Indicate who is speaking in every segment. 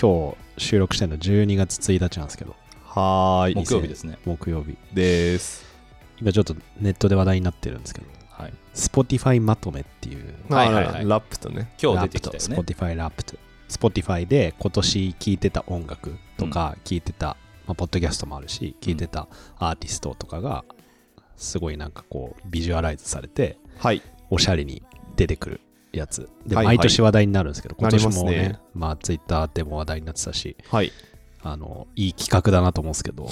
Speaker 1: 今日収録してるの12月1日なんですけど、
Speaker 2: はーい。
Speaker 1: 木曜日です
Speaker 2: ね。
Speaker 1: 木曜日。
Speaker 2: です。
Speaker 1: 今ちょっとネットで話題になってるんですけど、
Speaker 3: はい、
Speaker 1: Spotify まとめっていう、
Speaker 3: はい
Speaker 2: あ
Speaker 3: はい
Speaker 2: ら
Speaker 3: はい
Speaker 2: ラップとね。
Speaker 3: 今日
Speaker 1: ラ
Speaker 3: 出
Speaker 1: ップ
Speaker 3: てき
Speaker 1: と
Speaker 3: たよ
Speaker 1: Spotify
Speaker 3: ね。
Speaker 1: ラップと、Spotify で今年聴いてた音楽とか、聴いてた、まあ、ポッドキャストもあるし、聴いてたアーティストとかが、すごいなんかこう、ビジュアライズされて、
Speaker 2: はい。
Speaker 1: おしゃれに出てくるやつで、
Speaker 2: はいはい
Speaker 1: 毎年話題になるんですけど今
Speaker 2: なり
Speaker 1: 年
Speaker 2: ま
Speaker 1: も
Speaker 2: すね
Speaker 1: ねまあツイッターでも話題になってたし
Speaker 2: はい。
Speaker 1: あのいい企画だなと思うんですけど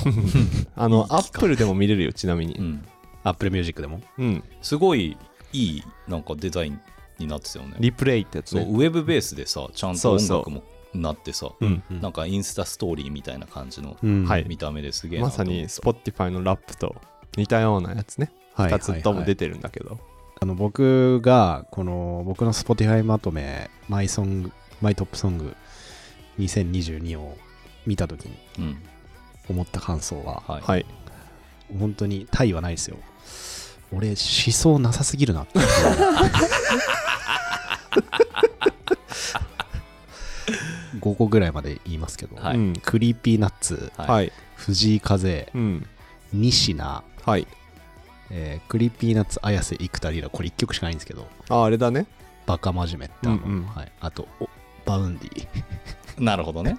Speaker 2: あの、アップルでも見れるよ、ちなみ
Speaker 3: う
Speaker 2: に。
Speaker 3: ん、
Speaker 1: Apple Music でも
Speaker 2: うん。
Speaker 3: すごいいいなんかデザインになってたよね。
Speaker 2: リプレイってやつ
Speaker 3: そう
Speaker 2: ね。
Speaker 3: ウェブベースでさ、ちゃんと
Speaker 2: そう
Speaker 3: 音
Speaker 2: そう
Speaker 3: 楽もなってさ、
Speaker 2: うん。
Speaker 1: うん
Speaker 3: なんかインスタストーリーみたいな感じの
Speaker 1: うん
Speaker 2: はい
Speaker 3: 見た目ですげえな
Speaker 2: ま
Speaker 3: と
Speaker 2: さ
Speaker 3: 思っ
Speaker 2: に
Speaker 3: た
Speaker 2: Spotify のラップと似たようなやつね。
Speaker 1: はい
Speaker 2: 2つとも
Speaker 1: はいはい
Speaker 2: 出てるんだけど。
Speaker 1: あの僕がこの僕の Spotify まとめマイソングマイトップソング2022を見た時に
Speaker 3: うん
Speaker 1: 思った感想は
Speaker 3: はい
Speaker 2: はい。
Speaker 1: 本当に対はないですよ俺思想なさすぎるなって5個ぐらいまで言いますけど、
Speaker 3: はい
Speaker 2: うん
Speaker 1: クリーピーナッツ
Speaker 3: はい
Speaker 2: はい。
Speaker 1: 藤井風
Speaker 2: うん。
Speaker 1: 仁科、
Speaker 2: はい。
Speaker 1: えークリーピーナッツ綾瀬生田リーダこれ1曲しかないんですけど
Speaker 2: あ、あれだね。
Speaker 1: バカ真面目ってあの、
Speaker 2: うんうん
Speaker 1: はい、あとおバウンディ
Speaker 3: なるほどね。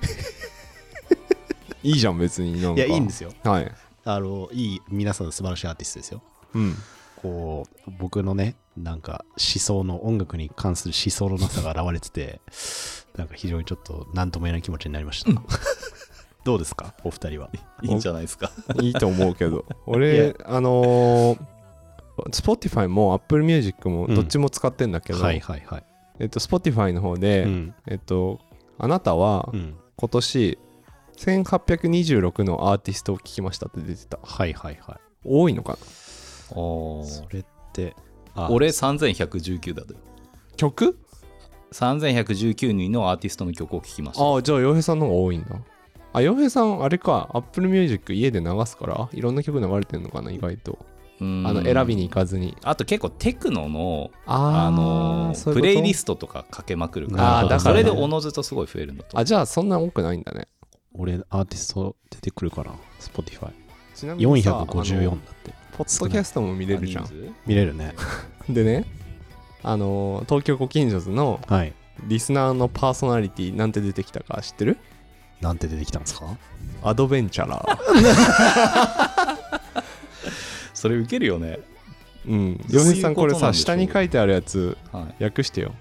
Speaker 2: いいじゃん、別に。なん
Speaker 1: い
Speaker 2: か
Speaker 1: やいいんですよ
Speaker 2: はい。
Speaker 1: あのいい皆さんの素晴らしいアーティストですよ
Speaker 2: うん。
Speaker 1: こう僕のねなんか思想の音楽に関する思想のなさが現れてて なんか非常にちょっと何とも言えない気持ちになりました、 どうですかお二人はい
Speaker 3: いんじゃないですか。
Speaker 2: いいと思うけど。
Speaker 1: い
Speaker 2: 俺、あのー、Spotify も Apple Music もどっちも使ってんだけど、
Speaker 1: はいはいはい、
Speaker 2: えっと、Spotify の方で、
Speaker 1: うん
Speaker 2: えっと、あなたは
Speaker 1: うん、
Speaker 2: 今年1826のアーティストを聞きましたって出てた。
Speaker 1: はいはいは
Speaker 2: 多いのかな
Speaker 3: お
Speaker 1: い
Speaker 3: ー
Speaker 1: それってあ
Speaker 3: 俺3119だとよ。
Speaker 2: 曲
Speaker 3: 3119人のアーティストの曲を聴きました。
Speaker 2: ああ、じゃあ、洋平さんの方が多いんだ。あ、洋平さん、あれか、Apple Music 家で流すから、いろんな曲流れてるのかな、意外と。
Speaker 3: うん
Speaker 2: あの、選びに行かずに。
Speaker 3: あと結構テクノの
Speaker 2: あー
Speaker 3: あのー
Speaker 2: そういう
Speaker 3: プ
Speaker 2: こと
Speaker 3: レイリストとかかけまくるから
Speaker 1: あーだから
Speaker 3: それでおのずとすごい増えるんだと思う
Speaker 2: あ、じゃあ、そんな多くないんだね。
Speaker 1: 俺アーティスト出てくるかな Spotify454
Speaker 2: ちな
Speaker 1: だって
Speaker 2: ポッドキャストも見れるじゃ
Speaker 3: あ
Speaker 2: ん。
Speaker 3: 人数
Speaker 1: 見れるね
Speaker 2: でね、あのー、東京ご近所図の
Speaker 1: はい
Speaker 2: リスナーのパーソナリティなんて出てきたか知ってる
Speaker 1: なんて出てきたんですか
Speaker 2: アドベンチャラー。
Speaker 3: それウケるよね、
Speaker 2: うん。洋平さん、これ
Speaker 3: そういうことなんで
Speaker 2: さ、
Speaker 3: しょう
Speaker 2: 下に書いてあるやつ、
Speaker 3: はい、
Speaker 2: 訳してよ。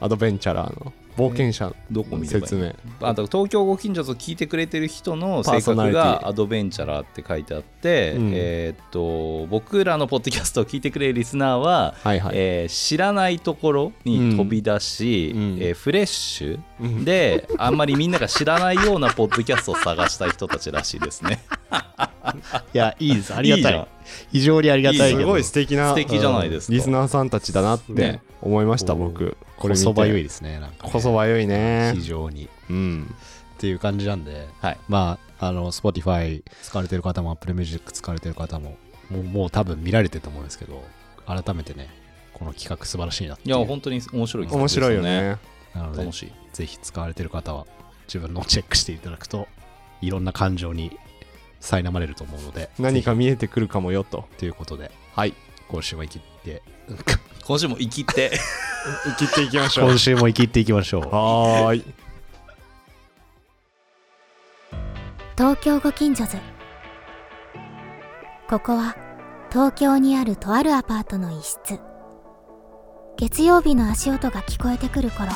Speaker 2: アドベンチャラーの冒険者
Speaker 3: どこ
Speaker 2: の
Speaker 3: 見ればい
Speaker 2: 説
Speaker 3: い
Speaker 2: 明。
Speaker 3: あと東京ご近所と聞いてくれてる人の
Speaker 2: パー
Speaker 3: 性
Speaker 2: ソナリ
Speaker 3: 格
Speaker 2: ティ
Speaker 3: がアドベンチャラーって書いてあって、
Speaker 2: うん
Speaker 3: えーっと僕らのポッドキャストを聞いてくれるリスナーは、
Speaker 2: はいはい。
Speaker 3: えー知らないところに飛び出し、
Speaker 2: うんうん
Speaker 3: えーフレッシ
Speaker 2: うん
Speaker 3: ュであんまりみんなが知らないようなポッドキャストを探したい人たちらしいです ね
Speaker 1: いやいいですあ
Speaker 3: りがたい
Speaker 1: 非常にあり
Speaker 3: がたいけど
Speaker 2: すごい素敵な
Speaker 3: 素敵じゃないですか
Speaker 2: リスナーさんたちだなって
Speaker 3: ね
Speaker 2: 思いました、
Speaker 1: おー
Speaker 2: 僕こ
Speaker 1: こ
Speaker 2: れ
Speaker 1: れ
Speaker 2: 見て
Speaker 1: そばゆいですねなんかね
Speaker 2: こそばゆいね
Speaker 1: 非常に
Speaker 2: うん
Speaker 1: っていう感じなんで、
Speaker 3: はい
Speaker 1: まあ、あの、Spotify 使われてる方も、Apple Music 使われてる方も、もうもう多分見られてると思うんですけど、改めてね、この企画素晴らしいなって
Speaker 3: い
Speaker 1: いう。
Speaker 3: や本当に面白い企画
Speaker 2: 面
Speaker 3: です
Speaker 2: 白いよね
Speaker 1: なので
Speaker 3: 楽、しい
Speaker 1: ぜひ使われてる方は、自分のをチェックしていただくと、いろんな感情に苛まれると思うので、
Speaker 2: 何
Speaker 1: ぜ
Speaker 2: か見えてくるかもよと
Speaker 1: ひということで、
Speaker 2: はい
Speaker 1: 今週も生きて、
Speaker 3: 今週も生きて
Speaker 2: 切ってい きましょう
Speaker 1: 今週も生きていきましょう。
Speaker 2: はーい
Speaker 4: 東京ご近所図ここは東京にあるとあるアパートの一室月曜日の足音が聞こえてくる頃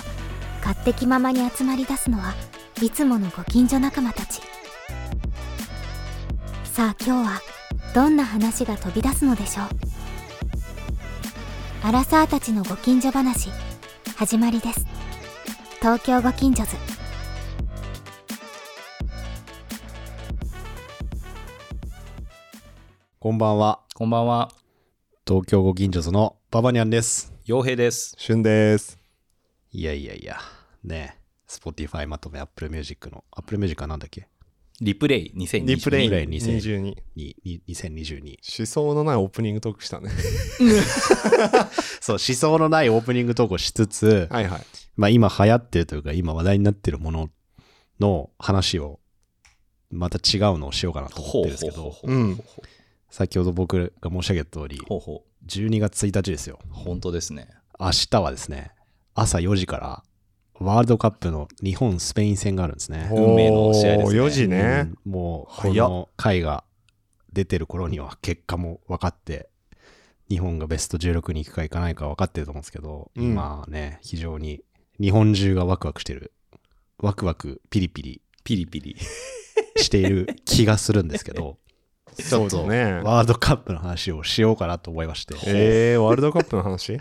Speaker 4: 勝手気ままに集まり出すのはいつものご近所仲間たちさあ今日はどんな話が飛び出すのでしょうアラサーたちのご近所話始まりです東京ご近所図
Speaker 1: こんばんは、
Speaker 3: こんばんは、
Speaker 1: 東京ご近所図のババニャンです。
Speaker 3: 洋平です。
Speaker 2: 旬です
Speaker 1: いやいやいや、ねえ、Spotify まとめ Apple Music の、Apple Music はなんだっけ
Speaker 3: リプレイ2022。
Speaker 2: リプレイ
Speaker 1: リプレイ2022
Speaker 2: 22思
Speaker 1: にに ?2022。
Speaker 2: 想のないオープニングトークしたね
Speaker 1: そう、思想のないオープニング投稿しつつ、
Speaker 2: はいはい
Speaker 1: まあ今流行ってるというか、今話題になってるものの話を、また違うのをしようかなと思ってるんですけど、
Speaker 3: ほうほう
Speaker 1: 先ほど僕が申し上げた通り、
Speaker 3: ほうほうほうほ
Speaker 1: 12月1日ですよ。
Speaker 3: う本当ですね。
Speaker 1: 明日はですね、朝4時から、ワールドカップの日本、スペイン戦があるんですね。
Speaker 3: 運命の試合ですね
Speaker 2: 4時ね。
Speaker 1: うんもう、こ
Speaker 2: 早っ
Speaker 1: の回が出てる頃には結果も分かって、日本がベスト16に行くか行かないか分かってると思うんですけど、
Speaker 2: うん
Speaker 1: まあね、非常に日本中がワクワクしてる、ワクワクピリピリ
Speaker 3: ピリ ピリ。
Speaker 1: している気がするんですけ ど、
Speaker 2: ちょっとね。
Speaker 1: ワールドカップの話をしようかなと思いまして。
Speaker 2: えー、ワールドカップの話
Speaker 1: っ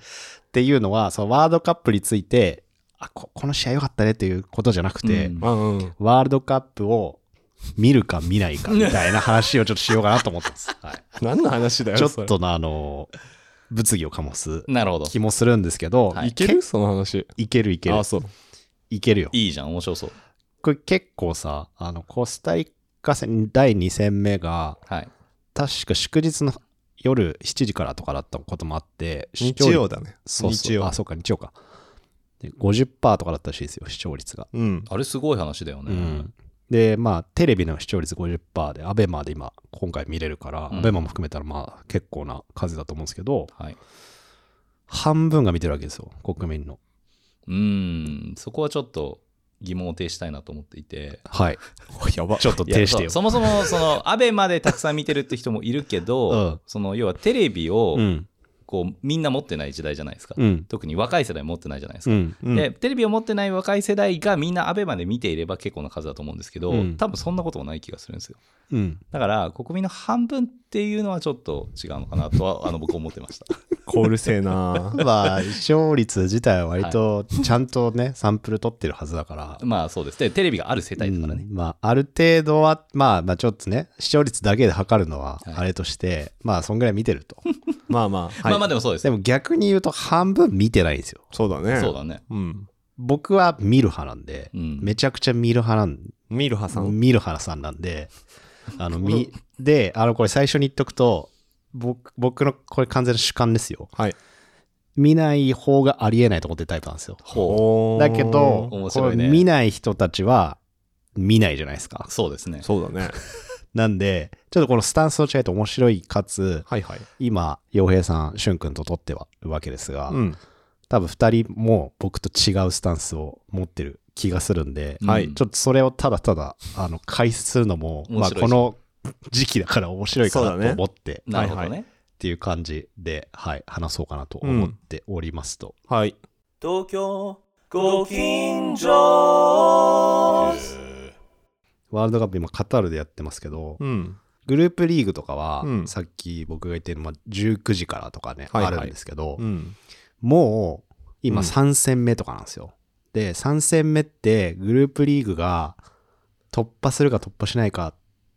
Speaker 1: ていうのは、そのワールドカップについて、あここの試合良かったねっていうことじゃなくて、
Speaker 3: うん
Speaker 2: あうん。
Speaker 1: ワールドカップを見るか見ないかみたいな話をちょっとしようかなと思って ます。はい
Speaker 2: 何の話だよ、
Speaker 1: ちょ
Speaker 2: そ
Speaker 1: っ
Speaker 2: れ。
Speaker 1: とな、あの、物議を醸す
Speaker 3: なるほど。
Speaker 1: 気もするんですけど、
Speaker 3: はい
Speaker 2: いけるその話。
Speaker 1: いけるいける
Speaker 2: あ、。そう。
Speaker 1: いけるよ。
Speaker 3: いいじゃん、面白そう。
Speaker 1: これ結構さ、あの、コスタリカ戦第2戦目が、
Speaker 3: はい。
Speaker 1: 確か祝日の夜7時からとかだったこともあって、視
Speaker 2: 日
Speaker 1: 聴率
Speaker 2: 曜だね。
Speaker 1: そうそう
Speaker 2: 日曜
Speaker 1: あ、そうか、日曜か。で50%とかだったらしいですよ、視聴率が。
Speaker 2: うん。
Speaker 3: あれすごい話だよね。
Speaker 1: うんで、まあ、テレビの視聴率50%で、アベマで今、今回見れるから、
Speaker 3: うん
Speaker 1: アベマも含めたら、まあ、結構な数だと思うんですけど、
Speaker 3: はい。
Speaker 1: 半分が見てるわけですよ、国民の。
Speaker 3: うーん、そこはちょっと疑問を呈したいなと思っていて。
Speaker 1: はい。
Speaker 2: やば。
Speaker 1: ちょっと
Speaker 3: いや
Speaker 1: 呈して
Speaker 3: そう
Speaker 1: よ。
Speaker 3: そもそも、その、アベまでたくさん見てるって人もいるけ ど、
Speaker 1: うん
Speaker 3: その、要はテレビを、
Speaker 1: うん。
Speaker 3: こう、みんな持ってない時代じゃないですか。
Speaker 1: うん。
Speaker 3: 特に若い世代持ってないじゃないですか。
Speaker 1: うん。
Speaker 2: うん
Speaker 3: でテレビを持ってない若い世代がみんなアベまで見ていれば結構な数だと思うんですけど、
Speaker 1: うん
Speaker 3: 多分そんなこともない気がするんですよ
Speaker 1: うん。
Speaker 3: だから国民の半分っていうのはちょっと違うのかなとはあの僕思ってました
Speaker 2: コールせえな
Speaker 1: まあ、視聴率自体は割と、ちゃんとね、サンプル取ってるはずだから、
Speaker 3: まあそうですでテレビがある世帯だからね、
Speaker 1: うんまあ、ある程度は、まあ、まあ、ちょっとね、視聴率だけで測るのは、
Speaker 3: はい
Speaker 1: あれとして、まあ、そんぐらい見てると。
Speaker 2: まあまあ、
Speaker 3: まあまあでもそうです
Speaker 1: でも逆に言うと、半分見てないんですよ。
Speaker 2: そうだね。
Speaker 3: そうだね
Speaker 2: うん。
Speaker 1: 僕は見る派なんで、
Speaker 3: うん
Speaker 1: めちゃくちゃ見る派なん
Speaker 2: ミルハさん。
Speaker 1: 見る派さんなん で、あの、み、で、あの、これ最初に言っとくと、僕、僕のこれ完全な主観ですよ。
Speaker 2: はい。
Speaker 1: 見ない方がありえないと思ってるタイプなんですよ。
Speaker 3: ほ
Speaker 1: だけど、
Speaker 3: 面
Speaker 1: こ
Speaker 3: 白
Speaker 1: れ
Speaker 3: いね
Speaker 1: 見ない人たちは見ないじゃないですか
Speaker 3: う。そうですね
Speaker 2: そうだね。
Speaker 1: なんで、ちょっとこのスタンスの違いと面白いかつ、
Speaker 2: はいはい。
Speaker 1: 今、洋平さん、俊君と撮ってはるわけですが、
Speaker 2: うん。
Speaker 1: 多分2人も僕と違うスタンスを持ってる気がするんで、
Speaker 2: はい
Speaker 3: うん
Speaker 1: ちょっとそれをただただ、あの、解説するのも、ま
Speaker 3: 面
Speaker 1: あ、
Speaker 3: 白い
Speaker 1: この時期だから面白いか
Speaker 2: そ
Speaker 1: な
Speaker 2: うだ
Speaker 1: と
Speaker 2: ね
Speaker 1: 思って、
Speaker 3: なるほどね、
Speaker 2: はい
Speaker 1: っていう感じで、はい、話そうかなと思っておりますと。
Speaker 2: はい。
Speaker 5: 東京ご近所
Speaker 1: ワールドカップ今、カタールでやってますけど、
Speaker 2: うん。
Speaker 1: グループリーグとかは、
Speaker 2: うん
Speaker 1: さっき僕が言ってる、まあ、19時からとかね、
Speaker 2: はいはい
Speaker 1: あるんですけど、
Speaker 2: うん。
Speaker 1: もう、今
Speaker 2: うん
Speaker 1: 3戦目とかなんですよ。で、3戦目って、グループリーグが突破するか突破しないか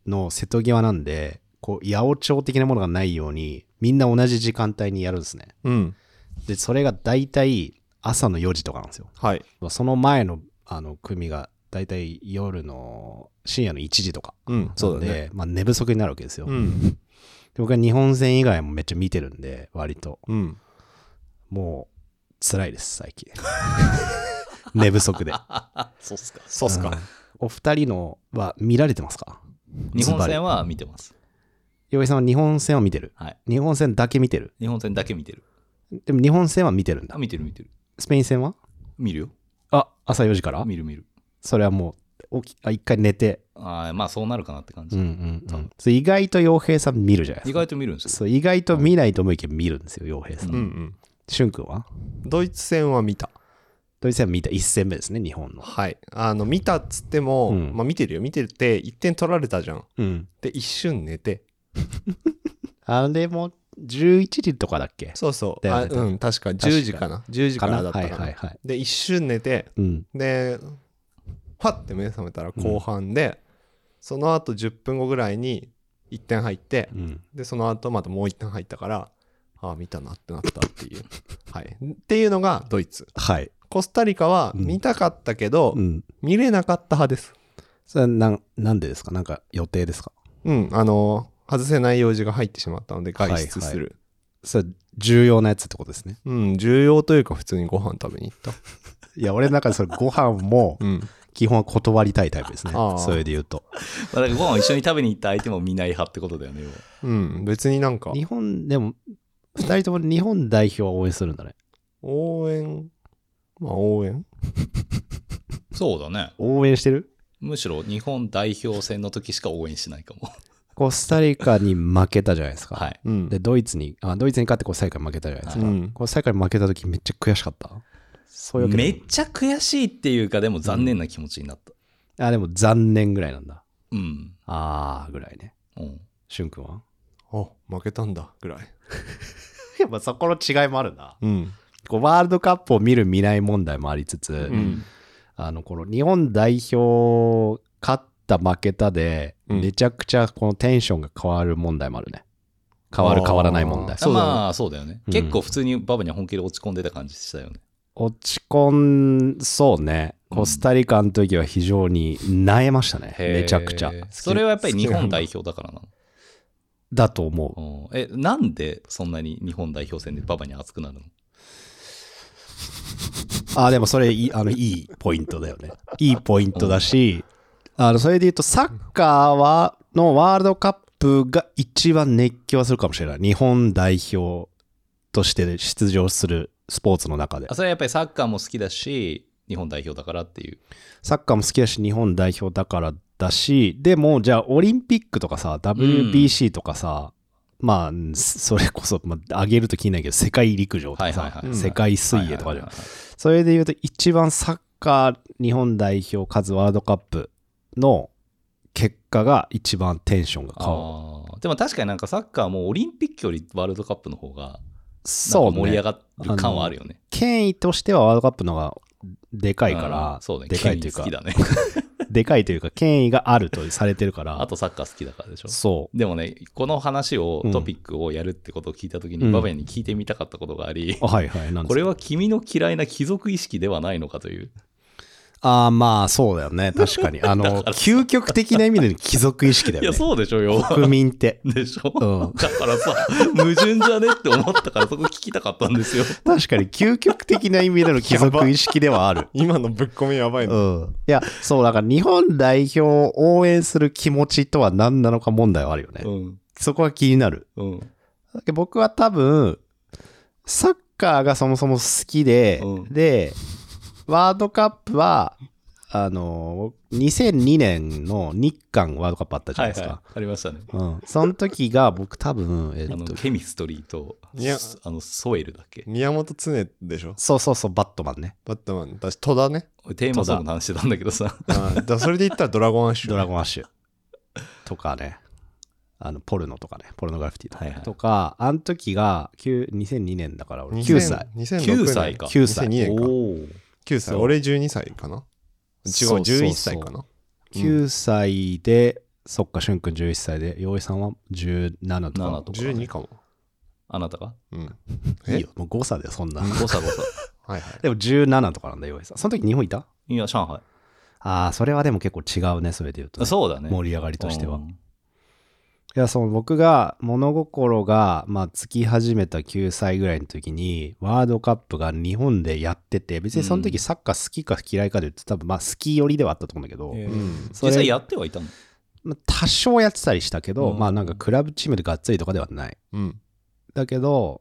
Speaker 1: の瀬戸際なんで、こう、八百長的なものがないように、みんな同じ時間帯にやるんですね。
Speaker 2: うん。
Speaker 1: で、それが大体朝の4時とかなんですよ。
Speaker 2: はい。
Speaker 1: その前の、あの、組が、大体夜の深夜の1時とか
Speaker 2: うん。
Speaker 1: なんで、。まあ寝不足になるわけですよ。
Speaker 2: うん。
Speaker 1: で僕は日本戦以外もめっちゃ見てるんで、割と。
Speaker 2: うん。
Speaker 1: もう、辛いです、最近。 寝不足で。
Speaker 3: そうっすか
Speaker 2: そうっす
Speaker 1: うん
Speaker 2: か。
Speaker 1: お二人のは見られてますか
Speaker 3: 日本戦
Speaker 1: は
Speaker 3: は見てます
Speaker 1: 洋平さんは日本戦を見てる。
Speaker 3: はい
Speaker 1: 日本戦だけ見てる。
Speaker 3: 日本戦だけ見てる
Speaker 1: でも日本戦は見てるんだ
Speaker 3: あ。見てる見てる
Speaker 1: スペイン戦は
Speaker 3: 見るよ
Speaker 1: あ、朝4時から
Speaker 3: 見る見る
Speaker 1: それはもう、起きあ一回寝て。
Speaker 3: あーまあそうなるかなって感
Speaker 1: う
Speaker 3: じ、
Speaker 1: んうんうん。それ意外と洋平さん見るじゃないで
Speaker 3: 意
Speaker 1: すか。
Speaker 3: 外と見るんですよ
Speaker 1: そう、意外と見ないと思いきや見るんですよ、洋平さ。
Speaker 2: うんんうん。
Speaker 1: 俊君は
Speaker 2: ドイツ戦は見た。
Speaker 1: ドイツ戦は見た1戦目ですね、日本の。
Speaker 2: はい。あの、見たっつっても、
Speaker 1: うん
Speaker 2: まあ見てるよ。見てるって、1点取られたじゃん。
Speaker 1: うん。
Speaker 2: で、一瞬寝て。
Speaker 1: あれも、11時とかだっけ
Speaker 2: そうそう。
Speaker 1: だ
Speaker 2: あ
Speaker 1: よね
Speaker 2: うん、確か
Speaker 1: か
Speaker 2: 10時かな。10時からだった
Speaker 1: は
Speaker 2: か
Speaker 1: い
Speaker 2: な。
Speaker 1: はいはい。
Speaker 2: で、一瞬寝て、
Speaker 1: うん。
Speaker 2: で、ファって目覚めたら後半で、その後10分後ぐらいに1点入って、
Speaker 1: うん。
Speaker 2: でその後またもう1点入ったからああ見たなってなったって いうはいっていうのがドイツ
Speaker 1: はい。
Speaker 2: コスタリカは
Speaker 1: うん
Speaker 2: 見たかったけど、
Speaker 1: うん。
Speaker 2: 見れなかった派です
Speaker 1: それはなん、なんでですかなんか予定ですか
Speaker 2: うんあの外せない用事が入ってしまったので外出する、
Speaker 1: それ重要なやつってことですね。
Speaker 2: うん重要というか普通にご飯食べに行った
Speaker 1: いや、俺の中でそれご飯も
Speaker 2: うん
Speaker 1: 基本は断りたいタイプですね
Speaker 2: あ。ー
Speaker 1: それで言うと。
Speaker 3: まあだからご飯を一緒に食べに行った相手も見ない派ってことだよね。要は
Speaker 2: うん、別になんか
Speaker 1: 日本、でも、二人とも日本代表を応援するんだね。
Speaker 2: 応援まあ応援
Speaker 3: そうだね。
Speaker 1: 応援してる
Speaker 3: むしろ日本代表戦の時しか応援しないかも。
Speaker 1: コスタリカに負けたじゃないですか。
Speaker 3: はい。
Speaker 2: うん
Speaker 1: で、ドイツに、あ、ドイツに勝ってコスタリカに負けたじゃないですか。
Speaker 2: うん
Speaker 1: コスタリカに負けた時めっちゃ悔しかった。そういうわけ
Speaker 3: め
Speaker 1: でも
Speaker 3: っちゃ悔しいっていうか、でも残念な気持ちになった。
Speaker 1: あ、でも残念ぐらいなんだ。
Speaker 3: うん。
Speaker 1: あーぐらいね。
Speaker 3: うん。
Speaker 1: しゅんくんは
Speaker 2: あ負けたんだぐらい
Speaker 1: やっぱそこの違いもあるな。
Speaker 2: うん
Speaker 1: こうワールドカップを見る未来問題もありつつ、
Speaker 2: うん
Speaker 1: あのこの日本代表勝った負けたで、
Speaker 2: うん
Speaker 1: めちゃくちゃこのテンションが変わる問題もあるね変わる
Speaker 2: あー
Speaker 1: 変わらない問題
Speaker 2: そうだね
Speaker 3: まあ、そうだよね。
Speaker 1: うん
Speaker 3: 結構普通にバブには本気で落ち込んでた感じしたよね。
Speaker 1: 落ち込んそうねコスタリカの時は非常に萎えましたね、
Speaker 3: へー
Speaker 1: めちゃくちゃ
Speaker 3: それはやっぱり日本代表だからなの。
Speaker 1: だと思う
Speaker 3: うんえ、なんでそんなに日本代表戦でババに熱くなるの
Speaker 1: あでもそれいいあのいいポイントだよねいいポイントだし、あのそれで言うとサッカーはのワールドカップが一番熱狂はするかもしれない日本代表として出場するスポーツの中で
Speaker 3: あそれはやっぱりサッカーも好きだし、日本代表だからっていう。
Speaker 1: サッカーも好きだし日本代表だからだしでもじゃあオリンピックとかさ WBC とかさ、まあうんそれこそ、まあ、上げると気にないけど世界陸上とかさ、
Speaker 3: はいはいはい
Speaker 1: 世界水泳とかじゃん、
Speaker 3: はいはいはいはい
Speaker 1: それで言うと一番サッカー日本代表かつワールドカップの結果が一番テンションが変わる
Speaker 3: あーでも確かになんかサッカーもオリンピックよりワールドカップの方が
Speaker 1: そう、
Speaker 3: なんか盛り上
Speaker 1: ね、
Speaker 3: がる感はあるよね。
Speaker 1: 権威としてはワールドカップの方がでかいか
Speaker 3: う
Speaker 1: ら
Speaker 3: ん、そうね。
Speaker 1: でかいという
Speaker 3: ケ
Speaker 1: か
Speaker 3: ニー好きだね。
Speaker 1: でかいというか権威があるとされてるから
Speaker 3: あとサッカー好きだからでしょ。
Speaker 1: そう
Speaker 3: でもね、この話を
Speaker 1: うん、
Speaker 3: トピックをやるってことを聞いたとき
Speaker 1: う
Speaker 3: に、
Speaker 1: ん
Speaker 3: バベンに聞いてみたかったことがあり、
Speaker 1: あはいはいなんですか
Speaker 3: これは君の嫌いな貴族意識ではないのかという。
Speaker 1: ああまあそうだよ ね確かにあの究極的な意味での貴族意識だ
Speaker 3: い
Speaker 1: よ
Speaker 3: や、
Speaker 1: ね
Speaker 3: そうでしょよ。
Speaker 1: 国民って
Speaker 3: でしょ、
Speaker 1: うん
Speaker 3: だからさ、矛盾じゃねって思ったから、そこ聞きたかったんですよ。
Speaker 1: 確かに究極的な意味での貴族意識ではある
Speaker 2: 今のぶっ込みやばいな、
Speaker 1: うんいやそうだから日本代表を応援する気持ちとは何なのか問題はあるよね、
Speaker 3: うん。
Speaker 1: そこは気になる
Speaker 3: うん。
Speaker 1: だけど僕は多分サッカーがそもそも好きで、
Speaker 3: うん
Speaker 1: でワールドカップはあの2002年の日韓ワールドカップあったじゃな
Speaker 3: は
Speaker 1: い
Speaker 3: い
Speaker 1: ですか、
Speaker 3: はい。ありましたね。
Speaker 1: うん、その時が僕多分、えっ
Speaker 3: あの、
Speaker 1: と、
Speaker 3: ケミストリーと、
Speaker 2: いや
Speaker 3: あの、ソエルだっけ
Speaker 2: 宮本常でしょ
Speaker 1: そうそうそう、バットマンね。
Speaker 2: バットマンだし戸田ね
Speaker 3: テーマソングの話してたんだけどさ、
Speaker 2: あーだそれで言ったらドラゴンアッシュ
Speaker 1: ドラゴンアッシュ。とかね。あの、ポルノとかね。ポルノグラフィティとか、ね
Speaker 3: はいはい
Speaker 1: とか、あの時が、9 2002年だから俺、
Speaker 2: 2000
Speaker 1: 9歳。
Speaker 2: 2006
Speaker 3: 9歳か
Speaker 1: 9歳
Speaker 2: 2002年か
Speaker 3: おー
Speaker 2: 9歳
Speaker 1: そう
Speaker 2: 俺12歳かな違
Speaker 1: そ
Speaker 2: う
Speaker 1: うそうそう
Speaker 2: 11歳かな
Speaker 1: 9歳で、そっか、しゅんくん11歳で、洋井さんは17と
Speaker 3: 7
Speaker 1: か。
Speaker 3: とかね、
Speaker 2: 12かも
Speaker 3: あなたが
Speaker 2: うん
Speaker 1: いいよ、もう誤差だよ、そんな。
Speaker 3: 誤差誤差。
Speaker 2: はいはい
Speaker 1: でも17とかなんだ、洋井さん。その時日本いた
Speaker 3: いや、上海。
Speaker 1: ああ、それはでも結構違うね、それで言うとね、
Speaker 3: そうだね。
Speaker 1: 盛り上がりとしては
Speaker 3: う。ん
Speaker 1: いや、その僕が物心が、まあ、つき始めた9歳ぐらいの時に、ワールドカップが日本でやってて、別にその時サッカー好きか嫌いかで言って、多分まあ好き寄りではあったと思うんだけど、
Speaker 3: え
Speaker 2: う
Speaker 3: ー
Speaker 2: ん
Speaker 1: それ
Speaker 3: 実際やってはいたの
Speaker 1: まあ多少やってたりしたけど、
Speaker 3: うん
Speaker 1: まあなんかクラブチームでがっつりとかではない。
Speaker 2: うん
Speaker 1: だけど、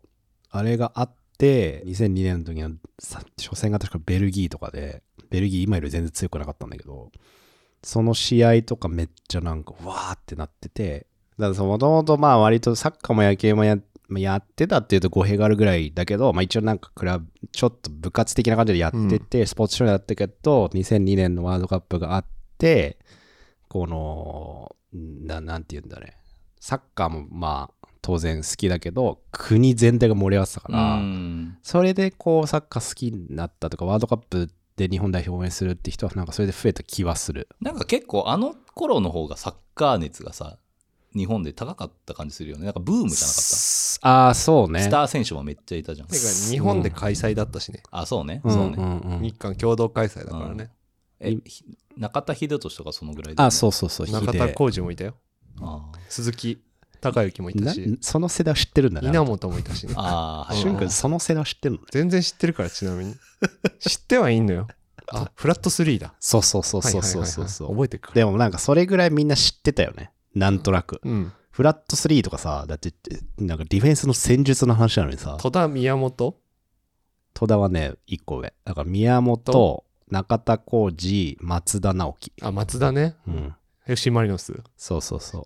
Speaker 1: あれがあって、2002年の時のさ初戦が確かベルギーとかで、ベルギー今より全然強くなかったんだけど、その試合とかめっちゃなんか、わーってなってて、だからその、もともとまあ割とサッカーも野球もややってたっていうと語弊があるぐらいだけど、まあ一応なんかクラブ、ちょっと部活的な感じでやってて、スポーツ少年だったけど、2002年のワールドカップがあって、この、ななんて言うんだね。サッカーもまあ当然好きだけど国全体が盛り上がってたから、
Speaker 3: うん
Speaker 1: それでこうサッカー好きになったとかワールドカップで日本代表応援するって人はなんかそれで増えた気はする
Speaker 3: なんか結構あの頃の方がサッカー熱がさ、日本で高かった感じするよね。なんかブームじゃなかった。ス
Speaker 1: すああそうね
Speaker 3: ター選手もめっちゃいたじゃん
Speaker 2: て。か日本で開催だったしね
Speaker 3: あ、そうね。
Speaker 1: うん
Speaker 3: そう
Speaker 1: う
Speaker 3: ね。
Speaker 1: んうん
Speaker 2: 日韓共同開催だからね
Speaker 3: え、ひ中田秀俊とかそのぐらいだよね
Speaker 1: あそうそうそう
Speaker 2: 中田浩二もいたよ
Speaker 3: あ
Speaker 2: 鈴木孝之もい
Speaker 1: 秀
Speaker 2: た
Speaker 1: な
Speaker 2: し
Speaker 1: その世代は知ってるんだね
Speaker 2: 稲本もいたしね
Speaker 3: ーあー、
Speaker 1: 俊君その世代は知ってるのね
Speaker 2: 全然知ってるからちなみに知ってはいいのよ あ、フラット3だ。
Speaker 1: そうそうそうそうそうそう
Speaker 2: はい
Speaker 1: そ
Speaker 2: はいはいはい覚えてるか
Speaker 1: う。
Speaker 2: ら。
Speaker 1: でもなんかそれぐらいみんな知ってたよね。なんとなく。
Speaker 2: うん。
Speaker 1: フラット3とかさ、だって、なんかディフェンスの戦術の話なのにさ、
Speaker 2: 戸田宮本
Speaker 1: 戸田はね、1個上。だから宮本、中田浩二、松田直樹。
Speaker 2: あ、松田ね。
Speaker 1: うん。
Speaker 2: FC マリノス。
Speaker 1: そうそうそう。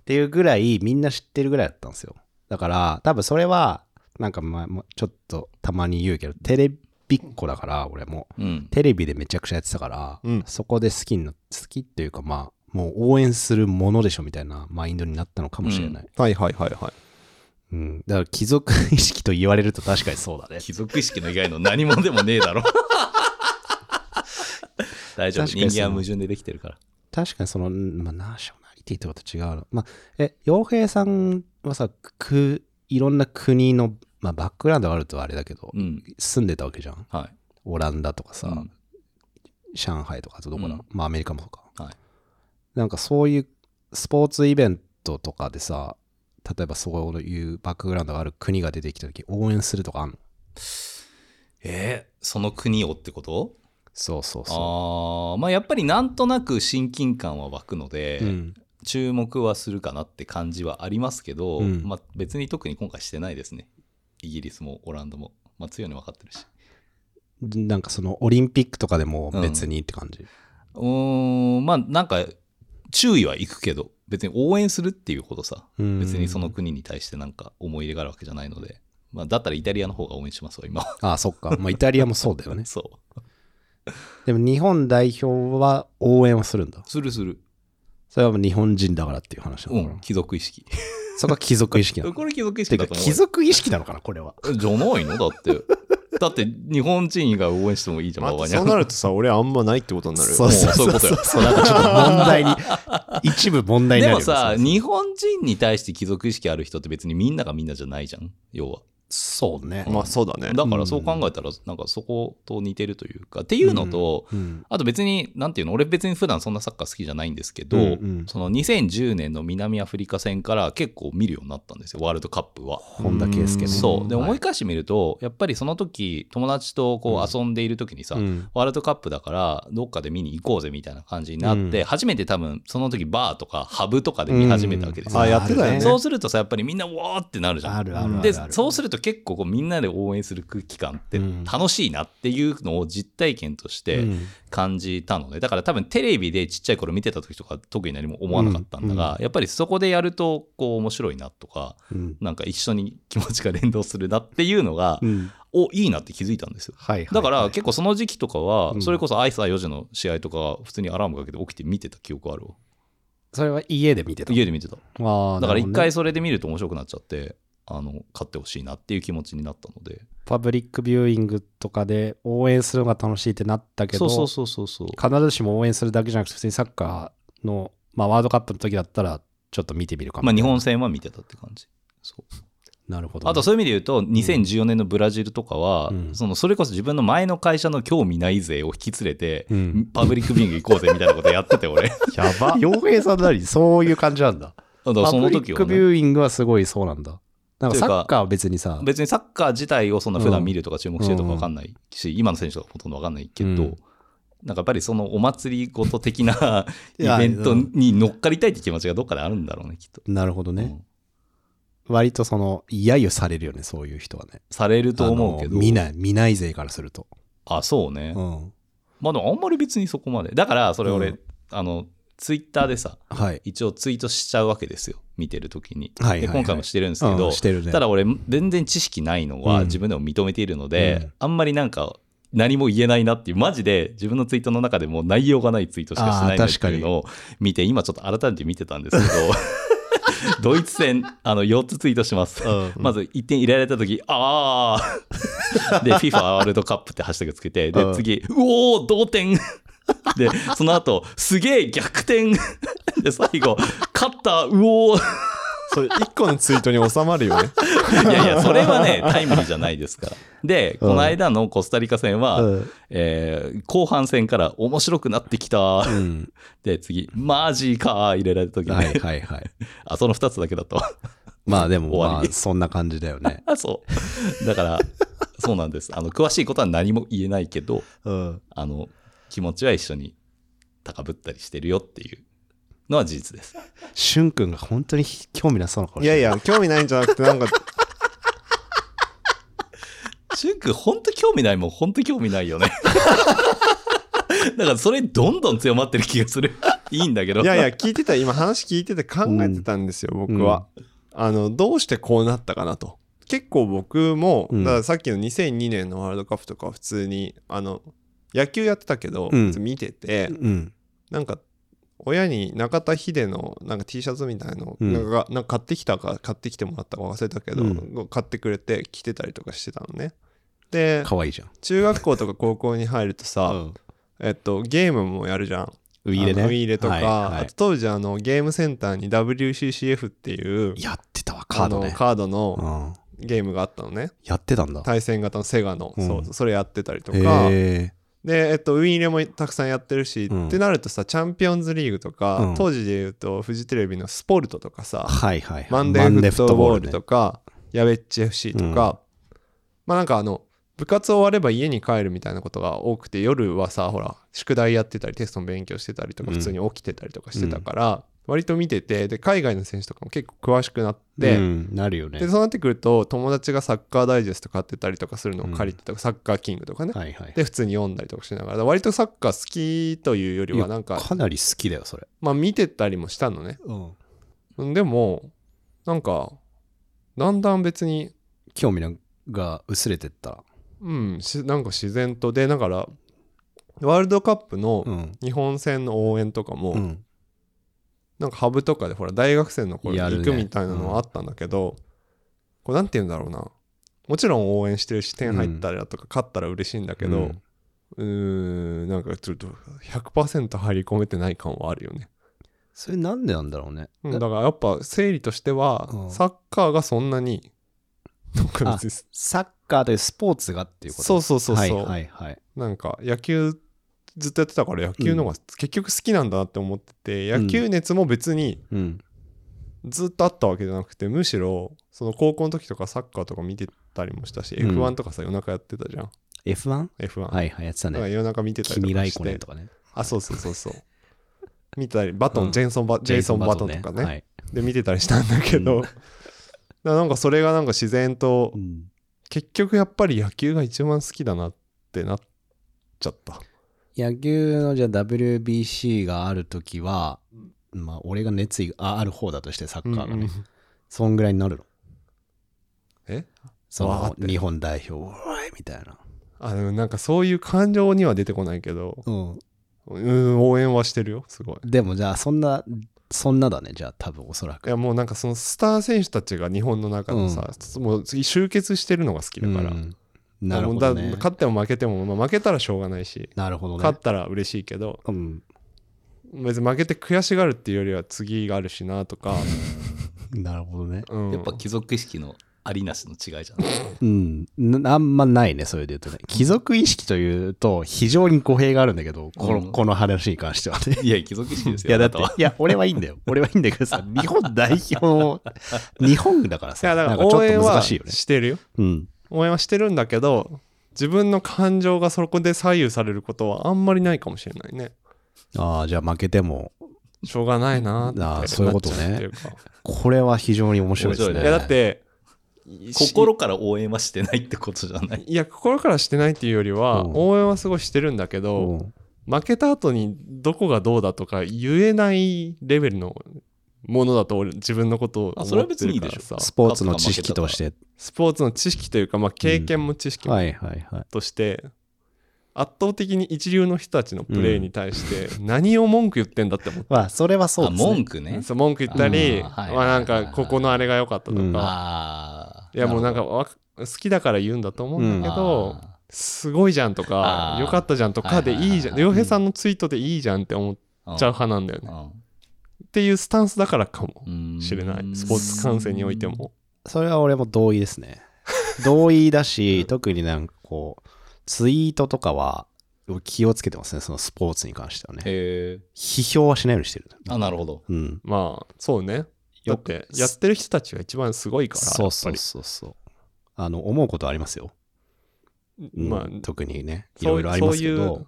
Speaker 1: っていうぐらいみんな知ってるぐらいだったんですよ。だから多分それはなんかまあもうちょっとたまに言うけどテレビっ子だから俺も
Speaker 3: うん。
Speaker 1: テレビでめちゃくちゃやってたから、
Speaker 2: うん
Speaker 1: そこで好きにな好きっていうかまあもう応援するものでしょみたいなマインドになったのかもしれない。
Speaker 2: はいはいはいはい。
Speaker 1: うんだから貴族意識と言われると確かにそうだね。
Speaker 3: 貴族意識の以外の何もでもねえ だろ。大丈夫。
Speaker 1: 確か
Speaker 3: 人
Speaker 1: にそう
Speaker 3: 間は矛盾でできてるから。
Speaker 1: 確かにその、うんまあ、ナショナリティとかと違うの。まあ、え、洋平さんはさ、く、いろんな国の、まあ、バックグラウンドがあるとあれだけど、
Speaker 3: うん。
Speaker 1: 住んでたわけじゃん
Speaker 3: は
Speaker 1: オランダとかさ、
Speaker 3: うん
Speaker 1: 上海とかあとどこだ、
Speaker 3: うん
Speaker 1: まあアメリカもそうか
Speaker 3: い。はい。
Speaker 1: なんかそういうスポーツイベントとかでさ例えばそういうバックグラウンドがある国が出てきた時応援するとかあんの
Speaker 3: えーその国をってこと
Speaker 1: そうそうそ
Speaker 3: ああまあやっぱりなんとなく親近感は湧くので、
Speaker 1: う、うん、
Speaker 3: 注目はするかなって感じはありますけど、
Speaker 1: うん
Speaker 3: まあ、別に特に今回してないですねイギリスもオランダも、まあ、強いの分かってるし
Speaker 1: なんかそのオリンピックとかでも別にって感じ、
Speaker 3: うーんまあなんか注意は行くけど別に応援するっていうほどさ
Speaker 1: うん
Speaker 3: 別にその国に対してなんか思い入れがあるわけじゃないので、まあ、だったらイタリアの方が応援しますわ今は
Speaker 1: ああそっか、まあ、イタリアもそうだよね
Speaker 3: そう
Speaker 1: でも日本代表は応援をするんだ
Speaker 3: するする
Speaker 1: それはもう日本人だからっていう話な
Speaker 3: う
Speaker 1: のかな、
Speaker 3: ん貴族意識
Speaker 1: そこは貴族意識なの
Speaker 3: これ貴族意
Speaker 1: て
Speaker 3: 識だ
Speaker 1: か
Speaker 3: と思う
Speaker 1: 貴
Speaker 3: よ
Speaker 1: 族意識なのかなこれは
Speaker 3: じゃないのだって。だって日本人以外応援してもいいじゃん、
Speaker 2: ま
Speaker 3: 馬場
Speaker 2: あ、
Speaker 3: にゃ
Speaker 2: そ
Speaker 3: ん。
Speaker 2: うなるとさ、俺あんまないってことになるよ。
Speaker 1: そう
Speaker 3: もうそういうことよ。
Speaker 1: なんかちょっと問題 に、一部問題に
Speaker 3: で
Speaker 1: なるよ
Speaker 3: もさ、
Speaker 1: それ
Speaker 3: 日本人に対して貴族意識ある人って別にみんながみんなじゃないじゃん、要は。
Speaker 1: そうね。
Speaker 2: まあそうだね。
Speaker 3: だからそう考えたら、なんかそこと似てるというか、っていうのと、
Speaker 1: うん、
Speaker 3: あと別に、なんていうの、俺別に普段そんなサッカー好きじゃないんですけど、
Speaker 1: うんうん
Speaker 3: その2010年の南アフリカ戦から結構見るようになったんですよ、ワールドカップは。
Speaker 1: 本田圭佑ね。
Speaker 3: そう。で、
Speaker 1: はい
Speaker 3: 思い返してみると、やっぱりその時、友達とこう遊んでいる時にさ、
Speaker 1: うん
Speaker 3: ワールドカップだから、どっかで見に行こうぜみたいな感じになって、
Speaker 1: うん
Speaker 3: 初めて多分、その時バーとかハブとかで見始めたわけですよ。
Speaker 2: あやってたよね
Speaker 3: そうするとさ、やっぱりみんな、わーってなるじゃん。
Speaker 1: あるあるあるある。
Speaker 3: で、そうすると結構こうみんなで応援する空気感って
Speaker 1: うん
Speaker 3: 楽しいなっていうのを実体験とし
Speaker 1: う
Speaker 3: て
Speaker 1: ん
Speaker 3: 感じたので、だから多分テレビでちっちゃい頃見てた時とか特に何も思わなかったんだが、やっぱりそこでやるとこう面白いなとか、
Speaker 1: うん
Speaker 3: なんか一緒に気持ちが連動するなっていうのが、
Speaker 1: うん
Speaker 3: おいいなって気づいたんですよ。
Speaker 1: はいはい
Speaker 3: だから結構その時期とかは
Speaker 1: う、ん
Speaker 3: それこそアイサー4時の試合とかは普通にアラームかけて起きて見てた記憶あるわ。
Speaker 1: それは家で見てた。
Speaker 3: 家で見てた。
Speaker 1: ああ
Speaker 3: だから一回
Speaker 1: なるほどね
Speaker 3: それで見ると面白くなっちゃって、あの、勝ってほしいなっていう気持ちになったので。
Speaker 1: パブリックビューイングとかで応援するのが楽しいってなったけど、
Speaker 3: そうそうそうそうそう。
Speaker 1: 必ずしも応援するだけじゃなくて、普通にサッカーの、まあ、ワールドカップの時だったら、ちょっと見てみるかも。
Speaker 3: まあ日本戦は見てたって感じ。そう
Speaker 1: なるほどね、
Speaker 3: あとそういう意味で言うと2014年のブラジルとかは、
Speaker 1: うん
Speaker 3: そのそれこそ自分の前の会社の興味ない勢を引き連れて、
Speaker 1: うん
Speaker 3: パブリックビューイング行こうぜみたいなことやって て俺
Speaker 1: やば。洋平さんなり、そういう感じなんだ。
Speaker 3: だから そ
Speaker 1: パブ
Speaker 3: の時
Speaker 1: リッ
Speaker 3: は、
Speaker 1: ク
Speaker 3: ね、
Speaker 1: ビューイングはすごいそうなんだ。なんか
Speaker 3: という
Speaker 1: サ
Speaker 3: か
Speaker 1: ッカーは別にさ、
Speaker 3: 別にサッカー自体をそんな普段見るとか注目してるとか
Speaker 1: うん
Speaker 3: 分かんないし、今の選手とかほとんど分かんないけど、
Speaker 1: うん
Speaker 3: なんかやっぱりそのお祭りごと的な イ
Speaker 1: いや
Speaker 3: ベントに乗っかりたいって気持ちがどっかであるんだろうねきっと。
Speaker 1: なるほどね、
Speaker 3: うん
Speaker 1: 割とその、揶揄されるよね、そういう人はね。
Speaker 3: されると思うけ
Speaker 1: あの
Speaker 3: ど。
Speaker 1: 見ない、見ない勢からすると。
Speaker 3: あ、そうね。
Speaker 1: うん。
Speaker 3: まあでもあんまり別にそこまで。だからそれ俺、
Speaker 1: うん
Speaker 3: あの、ツイッターでさ、
Speaker 1: はい。
Speaker 3: 一応ツイートしちゃうわけですよ。見てるときに。
Speaker 1: はいはいはい
Speaker 3: で、今回もしてるんですけ
Speaker 1: う
Speaker 3: ど、
Speaker 1: んしてるね
Speaker 3: ただ俺、全然知識ないの
Speaker 1: う
Speaker 3: は
Speaker 1: ん
Speaker 3: 自分でも認めているので、
Speaker 1: うん
Speaker 3: あんまりなんか、何も言えないなっていう、マジで自分のツイートの中でもう内容がないツイートしかしてないな
Speaker 1: あー
Speaker 3: って
Speaker 1: 確かに
Speaker 3: いうのを見て、今ちょっと改めて見てたんですけ ど、ドイツ戦、あの、4つツイートします。まず1点入れられた時、ああで、FIFA ワールドカップってハッシュタグつけて、
Speaker 1: う
Speaker 3: で、
Speaker 1: ん
Speaker 3: 次、うおー同点で、その後、すげえ逆転で、最後、勝った、うおー
Speaker 2: それ一個のツイートに収まるよね。
Speaker 3: いやいや、それはね、タイムリーじゃないですから。で、この間のコスタリカ戦は、
Speaker 1: うん
Speaker 3: えー後半戦から面白くなってきた。
Speaker 1: うん。
Speaker 3: で、次、マジかー入れられた時ね、
Speaker 1: はいはいはい。
Speaker 3: あ、その2つだけだと。
Speaker 1: まあでも、
Speaker 3: 終わ
Speaker 1: まあ
Speaker 3: り、
Speaker 1: そんな感じだよね。
Speaker 3: あ、そう。だから、そうなんです。あの、詳しいことは何も言えないけど、
Speaker 1: うん。
Speaker 3: あの、気持ちは一緒に高ぶったりしてるよっていうのは事実です。
Speaker 1: しゅんくんが本当に興味なさそうな顔
Speaker 2: い
Speaker 1: して
Speaker 2: や
Speaker 1: る
Speaker 2: いや、興味ないんじゃなくて、なんか、
Speaker 3: シュン君、ほんと興味ないもん、ほんと興味ないよね。 だからそれどんどん強まってる気がする。いいんだけど。
Speaker 2: いやいや、聞いてた、今話聞いてて考えてたんですよ、僕は。あの、どうしてこうなったかなと。結構僕も、
Speaker 1: うん
Speaker 2: だからさっきの2002年のワールドカップとかは普通に、あの、野球やってたけど、
Speaker 1: うん
Speaker 2: 普通見てて、
Speaker 1: うん。
Speaker 2: なんか、親に中田秀のなんか T シャツみたいの
Speaker 1: うん
Speaker 2: なんかなんか買ってきたか買ってきてもらったか忘れたけど、
Speaker 1: うん
Speaker 2: 買ってくれて着てたりとかしてたのねで
Speaker 1: かわいいじゃん。
Speaker 2: 中学校とか高校に入るとさ、 えっとゲームもやるじゃん
Speaker 1: ウィーレね。
Speaker 2: あのウィーレとか、
Speaker 1: はいは
Speaker 2: あと当時あのゲームセンターに WCCF っていう
Speaker 1: いやってたわ、カード
Speaker 2: あ
Speaker 1: ね
Speaker 2: の。カードの
Speaker 1: うん。
Speaker 2: ゲームがあったのね
Speaker 1: やってたんだ。
Speaker 2: 対戦型のセガの、
Speaker 1: うん
Speaker 2: そうそれやってたりとか
Speaker 1: へ
Speaker 2: で、えっと、ウィーレもたくさんやってるし、
Speaker 1: うん
Speaker 2: ってなるとさチャンピオンズリーグとか、
Speaker 1: うん
Speaker 2: 当時で言うとフジテレビのスポルトとか
Speaker 1: ー
Speaker 2: さ、
Speaker 1: はいはいはい。
Speaker 2: マンデーフットボールと
Speaker 1: か。
Speaker 2: か、ヤベッチ FC とか、まあなんかあの部活終われば家に帰るみたいなことが多くて夜はさほら宿題やってたりテストの勉強してたりとか
Speaker 1: うん
Speaker 2: 普通に起きてたりとかしてたから、割と見ててで海外の選手とかも結構詳しくなって、
Speaker 1: うん、なるよね
Speaker 2: で。そうなってくると友達がサッカーダイジェスト買ってたりとかするのを借りてとか、サッカーキングとかね、
Speaker 1: はいはい。
Speaker 2: で普通に読んだりとかしながら割とサッカー好きというより
Speaker 1: いや
Speaker 2: はなんか
Speaker 1: かなり好きだよ、それ。
Speaker 2: まあ見てたりもしたのね
Speaker 1: うん。
Speaker 2: でもなんかだんだん別に
Speaker 1: 興味なんが薄れてった。
Speaker 2: うんしなんか自然とでだからワールドカップの
Speaker 1: うん。
Speaker 2: 日本戦の応援とかも、
Speaker 1: うん。
Speaker 2: なんかハブとかでほら大学生の頃に
Speaker 1: やるね
Speaker 2: 行くみたいなのはあったんだけど、これなんて言うんだろうなもちろん応援してるし点入ったりだとか勝ったら嬉しいんだけど、
Speaker 1: うん
Speaker 2: うーんなんかちょっと100%入り込めてない感はあるよね。
Speaker 1: それなんでなんだろうね。
Speaker 2: うんだからやっぱ整理としては、
Speaker 1: うん
Speaker 2: サッカーがそんなになんか
Speaker 1: あ
Speaker 2: 別にす
Speaker 1: サッカーというスポーツがっていうこと
Speaker 2: そうそうそうそう、
Speaker 1: はいはいはい。
Speaker 2: なんか野球ずっとやってたから野球の方が結局好きなんだなって思ってて、
Speaker 1: うん
Speaker 2: 野球熱も別に
Speaker 1: うん。
Speaker 2: ずっとあったわけじゃなくてむしろその高校の時とかサッカーとか見てたりもしたし、
Speaker 1: うん
Speaker 2: F1 とかさ夜中やってたじゃん
Speaker 1: F1?
Speaker 2: F1、
Speaker 1: はいはい、やってた
Speaker 2: だから
Speaker 1: ね。
Speaker 2: 夜中見てたり
Speaker 1: 君
Speaker 2: と
Speaker 1: ラ
Speaker 2: か
Speaker 1: イ
Speaker 2: し
Speaker 1: コネ
Speaker 2: て
Speaker 1: とかね。
Speaker 2: あそうそうそうそう見たりバトン、
Speaker 1: うん
Speaker 2: ジェイソンバジェイソンバトンとかね、
Speaker 1: はい。
Speaker 2: で見てたりしたんだけど、
Speaker 1: うん
Speaker 2: だからなんかそれがなんか自然と
Speaker 1: うん
Speaker 2: 結局やっぱり野球が一番好きだなってなっちゃった
Speaker 1: 野球のじゃあ WBC があるときは、まあ俺が熱意があある方だとしてサッカーがね、
Speaker 2: うんうん
Speaker 1: そんぐらいになるの
Speaker 2: え
Speaker 1: そ
Speaker 2: わー
Speaker 1: の
Speaker 2: って
Speaker 1: 日本代表うわーいみたいな
Speaker 2: あでもなんかそういう感情には出てこないけど、
Speaker 1: うん
Speaker 2: うん、応援はしてるよすごい。
Speaker 1: でもじゃあそんなそんなだねじゃあ多分おそら
Speaker 2: い
Speaker 1: く
Speaker 2: やもうなんかそのスター選手たちが日本の中のさ、もう集結してるのが好きだから、
Speaker 1: うんなるほど
Speaker 2: もうだ
Speaker 1: ね
Speaker 2: 勝っても負けても、まあ、負けたらしょうがないし、
Speaker 1: なるほどね
Speaker 2: 勝ったら嬉しいけど
Speaker 1: うん
Speaker 2: 別に負けて悔しがるっていうよりは次があるしなとか、
Speaker 1: なるほどね
Speaker 2: うん
Speaker 3: やっぱ貴族意識のありなしの違いじ ゃない。
Speaker 1: うんなあんまないねそれで言うとね貴族意識というと非常に語弊があるんだけどこの,、
Speaker 3: うん
Speaker 1: この話に関してはね
Speaker 3: いや、貴族意識 ですよ。
Speaker 1: いやだって
Speaker 3: あなたはい
Speaker 1: や俺はいいんだよ俺はいいんだけどさ日本代表の日本だから
Speaker 2: い
Speaker 1: さ
Speaker 2: やだ
Speaker 1: な
Speaker 2: か
Speaker 1: んからちょ
Speaker 2: 応
Speaker 1: っ
Speaker 2: 援
Speaker 1: と難
Speaker 2: は
Speaker 1: しいよね
Speaker 2: してるよ
Speaker 1: うん
Speaker 2: 応援はしてるんだけど自分の感情がそこで左右されることはあんまりないかもしれないね
Speaker 1: ああじゃあ負けても
Speaker 2: しょうがないなって
Speaker 1: あーそういうことね
Speaker 2: なっちゃうっていうか
Speaker 1: これは非常に面白いです
Speaker 3: 面白
Speaker 1: ね。
Speaker 2: いやだって
Speaker 3: 心から応援はしてないってことじゃない。
Speaker 2: いや心からしてないっていうよりは、
Speaker 1: うん
Speaker 2: 応援はすごいしてるんだけど、
Speaker 1: うん
Speaker 2: 負けた後にどこがどうだとか言えないレベルのものだと俺自分のことを
Speaker 3: あそれ
Speaker 2: 思っ
Speaker 3: は別
Speaker 2: て
Speaker 3: にい
Speaker 2: る
Speaker 3: いで
Speaker 2: から
Speaker 3: しょ
Speaker 2: さ
Speaker 1: スポーツの知識として。
Speaker 2: スポーツの知識というか、まあ、経験も知識も
Speaker 1: はいはいはい。
Speaker 2: として、圧倒的に一流の人たちのプレーに対して 何を文句言ってんだって思って
Speaker 1: まあ、それはそう
Speaker 3: あ、
Speaker 1: ですね。
Speaker 3: 文句ね。
Speaker 2: そう文句言ったり
Speaker 3: あーはい
Speaker 2: まあなん
Speaker 3: はい
Speaker 2: か
Speaker 3: はい
Speaker 2: ここのあれが良かったとか、
Speaker 1: うん
Speaker 2: い
Speaker 3: ああ。
Speaker 2: やもうなん
Speaker 3: る
Speaker 2: かわ好きだから言うんだと思うんだけど、
Speaker 3: うんあー
Speaker 2: すごいじゃんとか
Speaker 3: あー
Speaker 2: よかったじゃんとかでいいじゃ
Speaker 3: はい
Speaker 2: ん
Speaker 3: はいはいはい
Speaker 2: 良平さんのツイートでいいじゃんって思っ
Speaker 3: ほど
Speaker 2: ちゃう派なんだよね、っ
Speaker 3: うん
Speaker 2: ていうスタンスだからかも
Speaker 3: うん
Speaker 2: しれないスポーツ観戦においても
Speaker 1: それは俺も同意ですね。同意だ し、特になんかこう、ツイートとかは気をつけてますね、そのスポーツに関してはね。
Speaker 3: へえ
Speaker 1: 批評はしないようにしてる。
Speaker 3: あなるほど
Speaker 1: うん。
Speaker 2: まあそうねだ
Speaker 1: よ
Speaker 2: っ
Speaker 1: く
Speaker 2: てやってる人たちが一番すごいから
Speaker 1: そうそ
Speaker 2: や
Speaker 1: う
Speaker 2: っ
Speaker 1: そうそう。あの、思うことありますよ。うん
Speaker 2: まあ、
Speaker 1: 特にね、い
Speaker 2: そう
Speaker 1: ろいろありますけ
Speaker 2: そういう
Speaker 1: ど、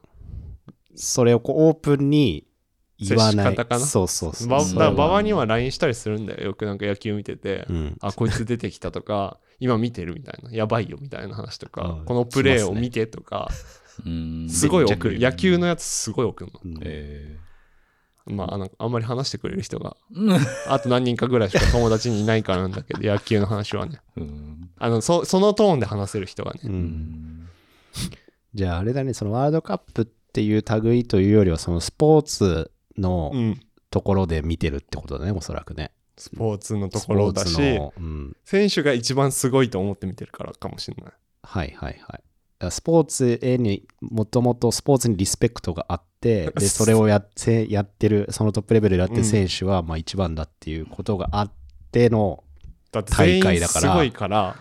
Speaker 1: それをこうオープンに言わな
Speaker 2: 接し方か
Speaker 1: い。
Speaker 2: な
Speaker 1: そうそうそう。
Speaker 2: ば
Speaker 3: そ
Speaker 2: だ
Speaker 3: れは
Speaker 2: 馬場には LINE したりするんだよ。よくなんか野球見てて、
Speaker 1: うん、
Speaker 2: あ、こいつ出てきたとか、今見てるみたいな、やばいよみたいな話とか
Speaker 1: う、ん
Speaker 2: このプレーを見てとか、
Speaker 3: うん
Speaker 2: すごい送
Speaker 3: め
Speaker 2: る。
Speaker 3: っちゃ来
Speaker 2: 野球のやつすごい送るの。
Speaker 1: うん
Speaker 3: え
Speaker 2: まあ、あのあんまり話してくれる人が、
Speaker 3: ー
Speaker 2: あと何人かぐらいしか友達にいないからなんだけど、野球の話はね。
Speaker 3: うん
Speaker 2: あのそそのトーンで話せる人がね。
Speaker 1: うんじゃああれだね、そのワールドカップっていう類というよりは、そのスポーツの
Speaker 2: うん。
Speaker 1: ところで見てるってことだね、おそらくね。
Speaker 2: スポーツのところだ
Speaker 1: ス
Speaker 2: し
Speaker 1: ポ、ーツのうん、
Speaker 2: 選手が一番すごいと思って見てるからかもしれない。
Speaker 1: はいはいはい。だからスポーツへにもともとスポーツにリスペクトがあ って、で、それをやって、やってる、そのトップレベルでやってる選手は、まあ一番だっていうことがあっての
Speaker 2: だって
Speaker 1: 大
Speaker 2: 全
Speaker 1: 会
Speaker 2: 員
Speaker 1: だか
Speaker 2: す
Speaker 1: ら
Speaker 2: ごいから、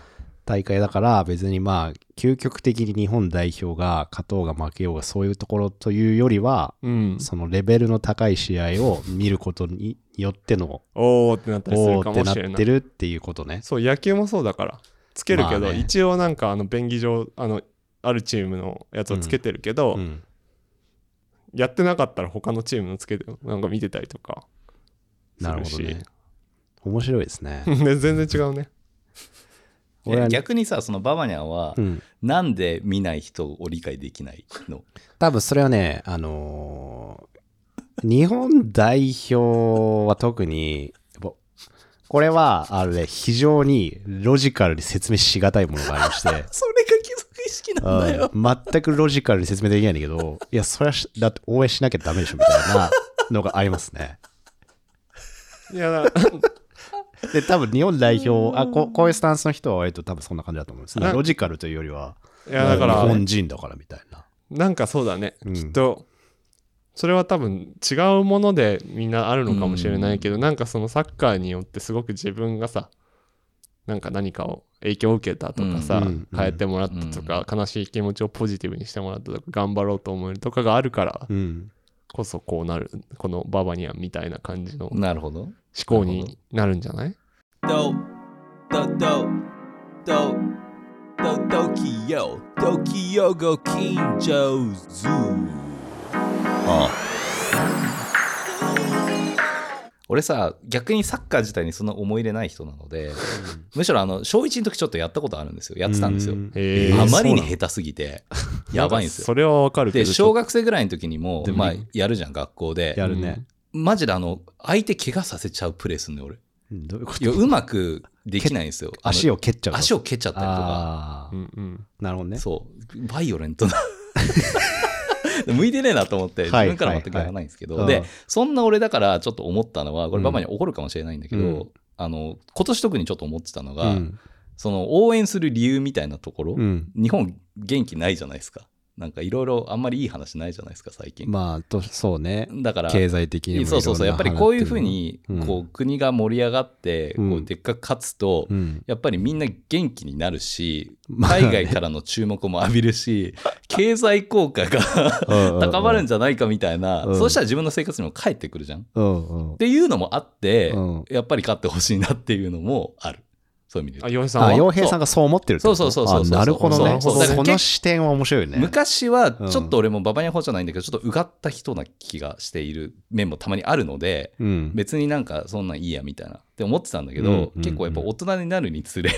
Speaker 1: 大会だから、別にまあ、究極的に日本代表が勝とうが負けようが、そういうところというよりは、
Speaker 2: うん。
Speaker 1: そのレベルの高い試合を見ることによっての、
Speaker 2: おーってなったりす
Speaker 1: お
Speaker 2: る
Speaker 1: ー
Speaker 2: か
Speaker 1: って
Speaker 2: も
Speaker 1: な
Speaker 2: し
Speaker 1: っ
Speaker 2: れな
Speaker 1: て
Speaker 2: い。
Speaker 1: るっていうことね。
Speaker 2: そう、野球もそうだから。つけるけど、
Speaker 1: まあね
Speaker 2: 一応なんかあの便宜上、あの、あるチームのやつをつけてるけど、
Speaker 1: うん、
Speaker 2: やってなかったら他のチームのつけてなんか見てたりとか す
Speaker 1: なる
Speaker 2: る
Speaker 1: ほ
Speaker 2: し。
Speaker 1: どね。面白いですね
Speaker 2: ね全然違うね
Speaker 1: 俺はね
Speaker 3: 逆にさ、そのババニャンは
Speaker 1: う、ん
Speaker 3: なんで見ない人を理解できないの
Speaker 1: 多分それはね、あのー日本代表は特に、やっぱこれは、あれ、ね、非常にロジカルに説明しがたいものがありま して、
Speaker 3: それが貴族意識なんだよ。
Speaker 1: うん全くロジカルに説明できないんだけど、いや、それはし、だって応援しなきゃダメでしょ、みたいなのがありますね。
Speaker 2: いやだ
Speaker 1: で、多分日本代表、あこ、こういうスタンスの人は割と多分そんな感じだと思うんですね。
Speaker 2: うん
Speaker 1: ロジカルというよりは、
Speaker 2: いやだか
Speaker 1: 日
Speaker 2: ら
Speaker 1: 本人だからみたいな。
Speaker 2: なんかそうだね、
Speaker 1: うん
Speaker 2: きっとそれは多分違うものでみんなあるのかもしれないけど、なんかそのサッカーによってすごく自分がさなんか何かを影響を受けたとかさ、
Speaker 1: うん
Speaker 2: 変えてもらったとか、悲しい気持ちをポジティブにしてもらったとか頑張ろうと思えるとかがあるから
Speaker 1: うん。
Speaker 2: こそこうなるこのババニャンみたいな感じの思
Speaker 3: なるほど。
Speaker 2: 考になるんじゃない
Speaker 5: ドドドドドドキヨドキヨご近所ズ
Speaker 3: 俺さ、逆にサッカー自体にそんな思い入れない人なので、むしろあの、小一の時ちょっとやったことあるんですよ。やってたんですよ
Speaker 1: う。ん
Speaker 2: へー
Speaker 3: あまりに下手す ぎて、やばいんです
Speaker 2: そ
Speaker 3: よ。
Speaker 2: れはわかるけ
Speaker 3: で、
Speaker 2: ど
Speaker 3: 小学生ぐらいの時にも
Speaker 1: で、も
Speaker 3: まあ、やるじゃん、学校
Speaker 1: や
Speaker 3: で。
Speaker 1: るね。
Speaker 3: マジであの、相手怪我させちゃうプレーすんのよ、俺。
Speaker 1: うんどういうこ
Speaker 3: いや、
Speaker 1: と
Speaker 3: うまくできないんですよ。あの
Speaker 1: 足を蹴っちゃうと。
Speaker 3: 足を蹴っちゃったりとか。
Speaker 1: あ
Speaker 2: う
Speaker 1: ー
Speaker 2: んうん
Speaker 1: なるほどね。
Speaker 3: そう、バイオレントな。 向いてねえなと思って、自
Speaker 1: はい
Speaker 3: 分から全くやらないんですけ
Speaker 1: はい
Speaker 3: ど、
Speaker 1: はい
Speaker 3: で、そんな俺だからちょっと思ったのは、こ
Speaker 1: うん
Speaker 3: れ、ババに怒るかもしれないんだけ
Speaker 1: う
Speaker 3: ど
Speaker 1: ん、
Speaker 3: あの、今年特にちょっと思ってたの
Speaker 1: う
Speaker 3: が、
Speaker 1: ん。
Speaker 3: その応援する理由みたいなところ
Speaker 1: う、ん。
Speaker 3: 日本元気ないじゃないですか。なんかいろいろあんまりいい話ないじゃないですか、最近。
Speaker 1: まあ、とそうね。
Speaker 3: だから、
Speaker 1: 経済的にもいろんな
Speaker 3: そうそうそう、やっぱりこういうふうに
Speaker 1: うん、
Speaker 3: こう、国が盛り上がって、
Speaker 1: うん
Speaker 3: こう、でっかく勝つと
Speaker 1: う、ん、
Speaker 3: やっぱりみんな元気になるし、
Speaker 1: まあね
Speaker 3: 海 外からの注目も浴びるし、経済効果が高
Speaker 1: 高
Speaker 3: まるん
Speaker 1: じ
Speaker 3: じゃないかみたいな、
Speaker 1: うん
Speaker 3: そうしたら自分の生活にも返ってくるじゃん。っ
Speaker 1: ゃうんうんうん
Speaker 3: ていうのもあって、
Speaker 1: うん
Speaker 3: やっぱり勝ってほしいなっていうのもある。そういう意味で
Speaker 2: あ
Speaker 3: 言うと。
Speaker 2: 洋平さん
Speaker 1: あ
Speaker 2: は
Speaker 1: 洋平さんがそう思ってるってこと
Speaker 3: そうそうそうそうそう
Speaker 1: あなるほどね
Speaker 2: そうそう
Speaker 1: こ
Speaker 2: そう
Speaker 1: の視点は面白いよね
Speaker 3: 昔はちょっと俺もババニャ法じゃないんだけど、ちょっとうがった人な気がしている面もたまにあるので、
Speaker 1: うん
Speaker 3: 別になんかそんなんいいやみたいなって思ってたんだけど、
Speaker 1: うんうんうん
Speaker 3: 結構やっぱ大人になるに つれ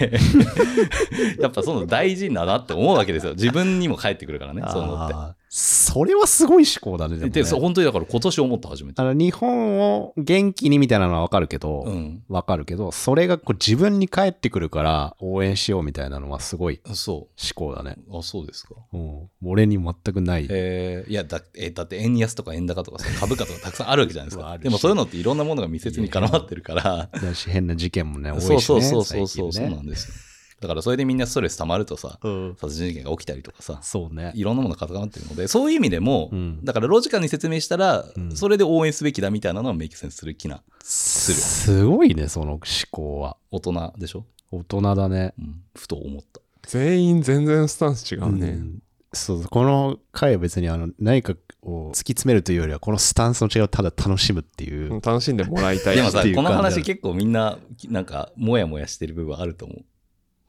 Speaker 3: やっぱその大事だなって思うわけですよ自分にも返ってくるからねそう思って。
Speaker 1: あーそれはすごい思考だねでもね
Speaker 3: でそう本当にだから今年思って初めて
Speaker 1: あ。の日本を元気にみたいなのはわかるけど、
Speaker 3: うん、
Speaker 1: わかるけどそれがこう自分に返ってくるから応援しようみたいなのはすごい
Speaker 3: そ
Speaker 1: 思考だね、
Speaker 3: うあそうですか。
Speaker 1: うん、俺に全くない、
Speaker 3: えーいやだ,、えーだって円安とか円高とか さ株価とかたくさんあるわけじゃないです
Speaker 1: あ
Speaker 3: か
Speaker 1: るし
Speaker 3: でもそういうのっていろんなものが密接に絡まってるから
Speaker 1: だし変な事件もね多いし
Speaker 3: そ
Speaker 1: ね
Speaker 3: うそうそうそうそ
Speaker 1: 最
Speaker 3: うそ
Speaker 1: 近
Speaker 3: う
Speaker 1: ね
Speaker 3: なんですよだからそれでみんなストレス溜まるとさ
Speaker 1: うん
Speaker 3: 殺人事件が起きたりとかさ
Speaker 1: そうね
Speaker 3: いろんなものが固まってるので、そういう意味でも、
Speaker 1: うん
Speaker 3: だからロジカルに説明したら、
Speaker 1: うん
Speaker 3: それで応援すべきだみたいなのはメイクセンスする気な
Speaker 1: すごいねその思考は
Speaker 3: 大人でしょ、
Speaker 1: 大人だね
Speaker 3: うん、ふと思った。
Speaker 2: 全員全然スタンス違う
Speaker 1: う
Speaker 2: ね、
Speaker 1: んそうこの回は別にあの何かを突き詰めるというよりはこのスタンスの違いをただ楽しむっていう、
Speaker 2: 楽しんでもらいたい
Speaker 3: でも
Speaker 2: し
Speaker 3: さ
Speaker 1: ってい、う
Speaker 3: この
Speaker 1: 感じだ
Speaker 3: 話結構みんな、なんか、もやもやしてる部分あると思う。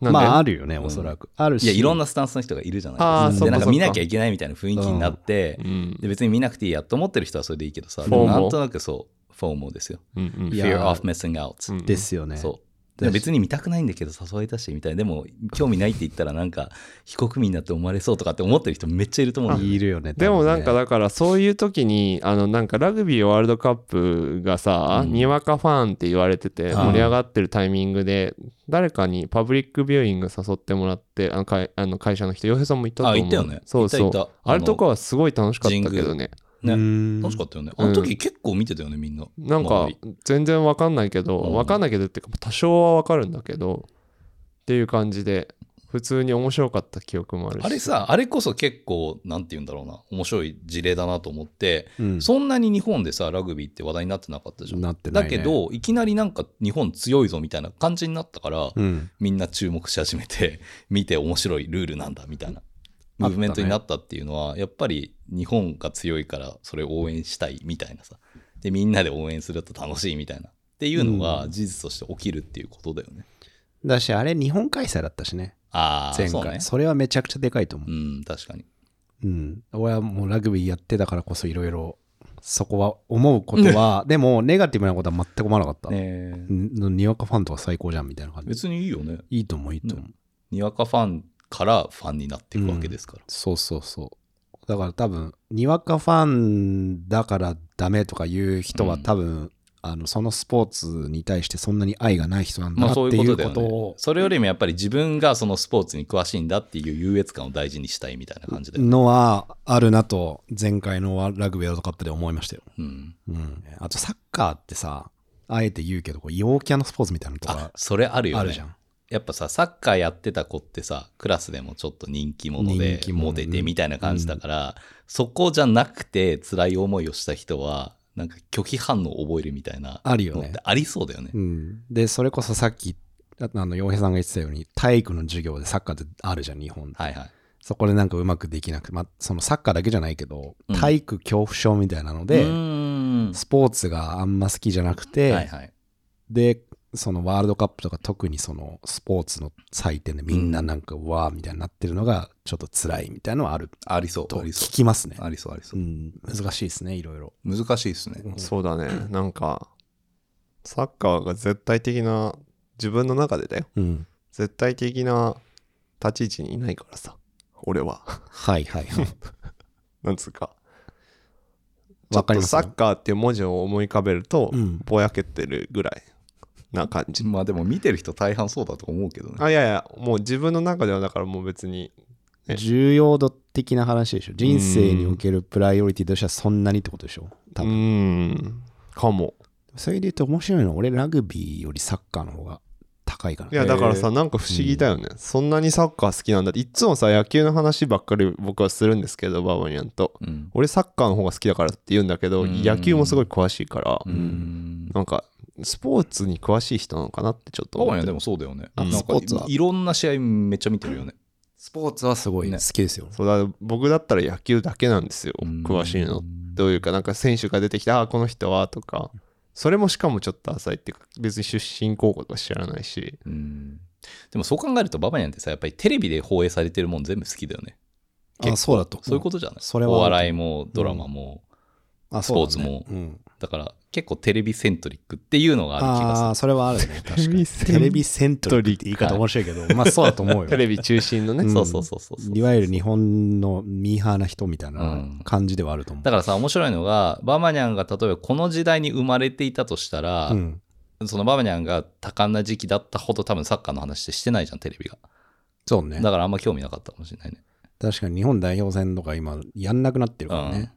Speaker 2: なんで
Speaker 1: まああるよね、
Speaker 3: ん
Speaker 1: おそらく。あるし。
Speaker 3: いや、いろん
Speaker 1: な。
Speaker 3: なスタンスの人がいるじゃ
Speaker 2: あ
Speaker 3: ない
Speaker 2: ー
Speaker 3: です
Speaker 2: そ
Speaker 3: か。で、
Speaker 2: っか
Speaker 3: なんか
Speaker 2: そっか
Speaker 3: 見なきゃいけないみたいな雰囲気になって
Speaker 2: う、ん
Speaker 3: で別に見なくていいやと思ってる人はそれでいいけどさ、
Speaker 2: フォーモ
Speaker 3: なんとなくそう、フォーモですよ。
Speaker 2: うんうん
Speaker 1: いや
Speaker 3: fear of missing out、
Speaker 2: うん
Speaker 1: ですよね。
Speaker 3: そう。で別に見たくないんだけど誘われたしみたいなでも興味ないって言ったらなんか非国民だって思われそうとかって思ってる人めっちゃいると思うんだよね
Speaker 1: いるよね。
Speaker 2: でもなんか
Speaker 1: 多分ね、
Speaker 2: だからそういう時にあのなんかラグビーワールドカップがさ、
Speaker 3: うん
Speaker 2: にわかファンって言われてて
Speaker 1: あー
Speaker 2: 盛り上がってるタイミングで誰かにパブリックビューイング誘ってもらってあの会あの会社の人洋平さんも行ったと
Speaker 3: あ
Speaker 2: 思う
Speaker 3: 行ったよね
Speaker 2: そうそう
Speaker 3: 行った行った
Speaker 2: あれとかはすごい楽しかったけどね
Speaker 1: う
Speaker 3: ね
Speaker 1: ーん
Speaker 3: 楽しかったよねあの時結構見てたよねみんな
Speaker 2: なん
Speaker 3: ま
Speaker 2: か
Speaker 3: あ
Speaker 2: 全然わかんないけど
Speaker 3: うん
Speaker 2: わかんないけどっていうか多少はわかるんだけどっていう感じで普通に面白かった記憶もあるし
Speaker 3: あれさあれこそ結構なんて言うんだろうな面白い事例だなと思って
Speaker 1: うん
Speaker 3: そんなに日本でさラグビーって話題になってなかったじゃん
Speaker 1: なってない
Speaker 3: だ
Speaker 1: ね
Speaker 3: けどいきなりなんか日本強いぞみたいな感じになったから
Speaker 1: うん。
Speaker 3: みんな注目し始めて 見て面白いルールなんだみたいな
Speaker 1: た
Speaker 3: ム
Speaker 1: ね
Speaker 3: ーブメントになったっていうのはやっぱり日本が強いからそれを応援したいみたいなさでみんなで応援すると楽しいみたいなっていうの
Speaker 1: う
Speaker 3: が
Speaker 1: ん
Speaker 3: 事実として起きるっていうことだよね、
Speaker 1: だし、あれ日本開催だったしね。
Speaker 3: ああ
Speaker 1: 前
Speaker 3: そうね
Speaker 1: 回。それはめちゃくちゃでかいと思う
Speaker 3: う。ん確かに
Speaker 1: うん。俺はもうラグビーやってたからこそいろいろ、そこは思うことは、でもネガティブなことは全く思わなかった。
Speaker 3: ねえ
Speaker 1: んにわかファンとか最高じゃんみたいな感じ。
Speaker 3: 別にいいよね
Speaker 1: いいと思う、いいと思う。
Speaker 3: にわかファンからファンになっていくわけですから、
Speaker 1: そうそうそう。だから多分、にわかファンだからダメとかいう人は
Speaker 3: うん
Speaker 1: 多分、あのそのスポーツに対してそんなに愛がない人なんだなっていう
Speaker 3: だ
Speaker 1: こ
Speaker 3: よ
Speaker 1: とを
Speaker 3: それよりもやっぱり自分がそのスポーツに詳しいんだっていう優越感を大事にしたいみたいな感じで、
Speaker 1: のはあるなと前回のラグビーワールドカップで思いましたよ。
Speaker 3: うん、
Speaker 1: うん、あとサッカーってさあえて言うけどこう陽キャのスポーツみたいなのと
Speaker 3: あ
Speaker 1: か
Speaker 3: それあるよね
Speaker 1: あるじゃん。
Speaker 3: やっぱさサッカーやってた子ってさクラスでもちょっと人気者で
Speaker 1: 人気者
Speaker 3: モテてみたいな感じだから、そこじゃなくて辛い思いをした人はなんか拒否反応を覚えるみたいな
Speaker 1: あるよ
Speaker 3: の
Speaker 1: ね
Speaker 3: ってありそうだよね。
Speaker 1: うん、でそれこそさっきああの洋平さんが言ってたように体育の授業でサッカーってあるじゃん日本って
Speaker 3: はいはい。
Speaker 1: そこでなんかうまくできなくて、まあ、そのサッカーだけじゃないけど、
Speaker 3: うん
Speaker 1: 体育恐怖症みたいなの
Speaker 3: う
Speaker 1: で、
Speaker 3: ーん
Speaker 1: スポーツがあんま好きじゃなくて、
Speaker 3: はいはい。
Speaker 1: で、そのワールドカップとか特にそのスポーツの祭典でみんななんか、うわーみたいになってるのがちょっと辛いみたいなのはある
Speaker 3: ありそう。
Speaker 1: と
Speaker 3: ありそ
Speaker 1: 聞きますね
Speaker 3: う。。ありそうありそうう。
Speaker 1: ん、難しいですね、いろいろ。
Speaker 3: 難しいですね。
Speaker 2: そうだね。なんか、サッカーが絶対的な、自分の中でだよ。
Speaker 1: うん。
Speaker 2: 絶対的な立ち位置にいないからさ。俺は。
Speaker 1: はいはいはい。
Speaker 2: なんつうか。ちょ
Speaker 1: わ
Speaker 2: っ
Speaker 1: かり
Speaker 2: と
Speaker 1: ます
Speaker 2: サ
Speaker 1: よ
Speaker 2: ッカーっていう文字を思い浮かべると
Speaker 1: うん、
Speaker 2: ぼやけてるぐらいな感じ。
Speaker 3: まあでも見てる人大半そうだと思うけどね。
Speaker 2: あ、いやいや、もう自分の中ではだからもう別に、ね
Speaker 1: 重要度的な話でしょ。人生におけるプライオリティとしてはそんなにってことでしょ。
Speaker 2: う
Speaker 1: 多分。
Speaker 2: ーん、かも。
Speaker 1: それで言うと面白いのは、俺ラグビーよりサッカーの方が高いから
Speaker 2: い
Speaker 1: ね。
Speaker 2: やだからさなんか不思議だよね、そんなにサッカー好きなんだっていっつもさ野球の話ばっかり僕はするんですけどバーバニャンと
Speaker 3: うん。
Speaker 2: 俺サッカーの方が好きだからって言うんだけど
Speaker 3: うん
Speaker 2: 野球もすごい詳しいから
Speaker 3: うん。
Speaker 2: なんかスポーツに詳しい人なのかなってちょっと
Speaker 3: どう
Speaker 2: 思
Speaker 3: やね
Speaker 2: って
Speaker 3: でもそうだよね。
Speaker 2: うん
Speaker 3: なん
Speaker 1: スポーツ
Speaker 3: か
Speaker 1: はい
Speaker 3: ろんな試合めっちゃ見てるよね。
Speaker 1: スポーツはすごい好
Speaker 3: ね
Speaker 1: きですよ。
Speaker 2: そうだ僕だったら野球だけなんですよ
Speaker 3: うん
Speaker 2: 詳しいのどういうかなんか選手が出てきてああこの人はとかそれもしかもちょっと浅いっていうか別に出身高校とか知らないし
Speaker 3: うんでもそう考えるとババニャンってさやっぱりテレビで放映されてるもん全部好きだよね。
Speaker 1: あそうだと思
Speaker 3: そういうことじゃない、
Speaker 1: それは
Speaker 3: お笑いもドラマも、
Speaker 1: あ
Speaker 3: スポーツも
Speaker 1: そうだねうん
Speaker 3: だから結構テレビセントリックっていうのがある気
Speaker 1: あ
Speaker 3: が
Speaker 1: あそれはあるね確か
Speaker 2: テレビ
Speaker 1: に
Speaker 2: セ ン
Speaker 1: テレビセントリーって言い方面白いけ どまあそうだと思うよ
Speaker 2: テレビ中心の
Speaker 3: する。
Speaker 2: ね
Speaker 3: そうそうそうそうそう。
Speaker 1: いわゆる日本のミーハーな人みたいな感じではあると思う
Speaker 3: だからさ面白いのがババニャンが例えばこの時代に生まれていたとしたら、
Speaker 1: うん
Speaker 3: そのババニャンが多感な時期だったほど多分サッカーの話ってしてないじゃんテレビが。
Speaker 1: そうね
Speaker 3: だからあんま興味なかったかもしれないね。
Speaker 1: 確かに日本代表戦とか今やんなくなってるからね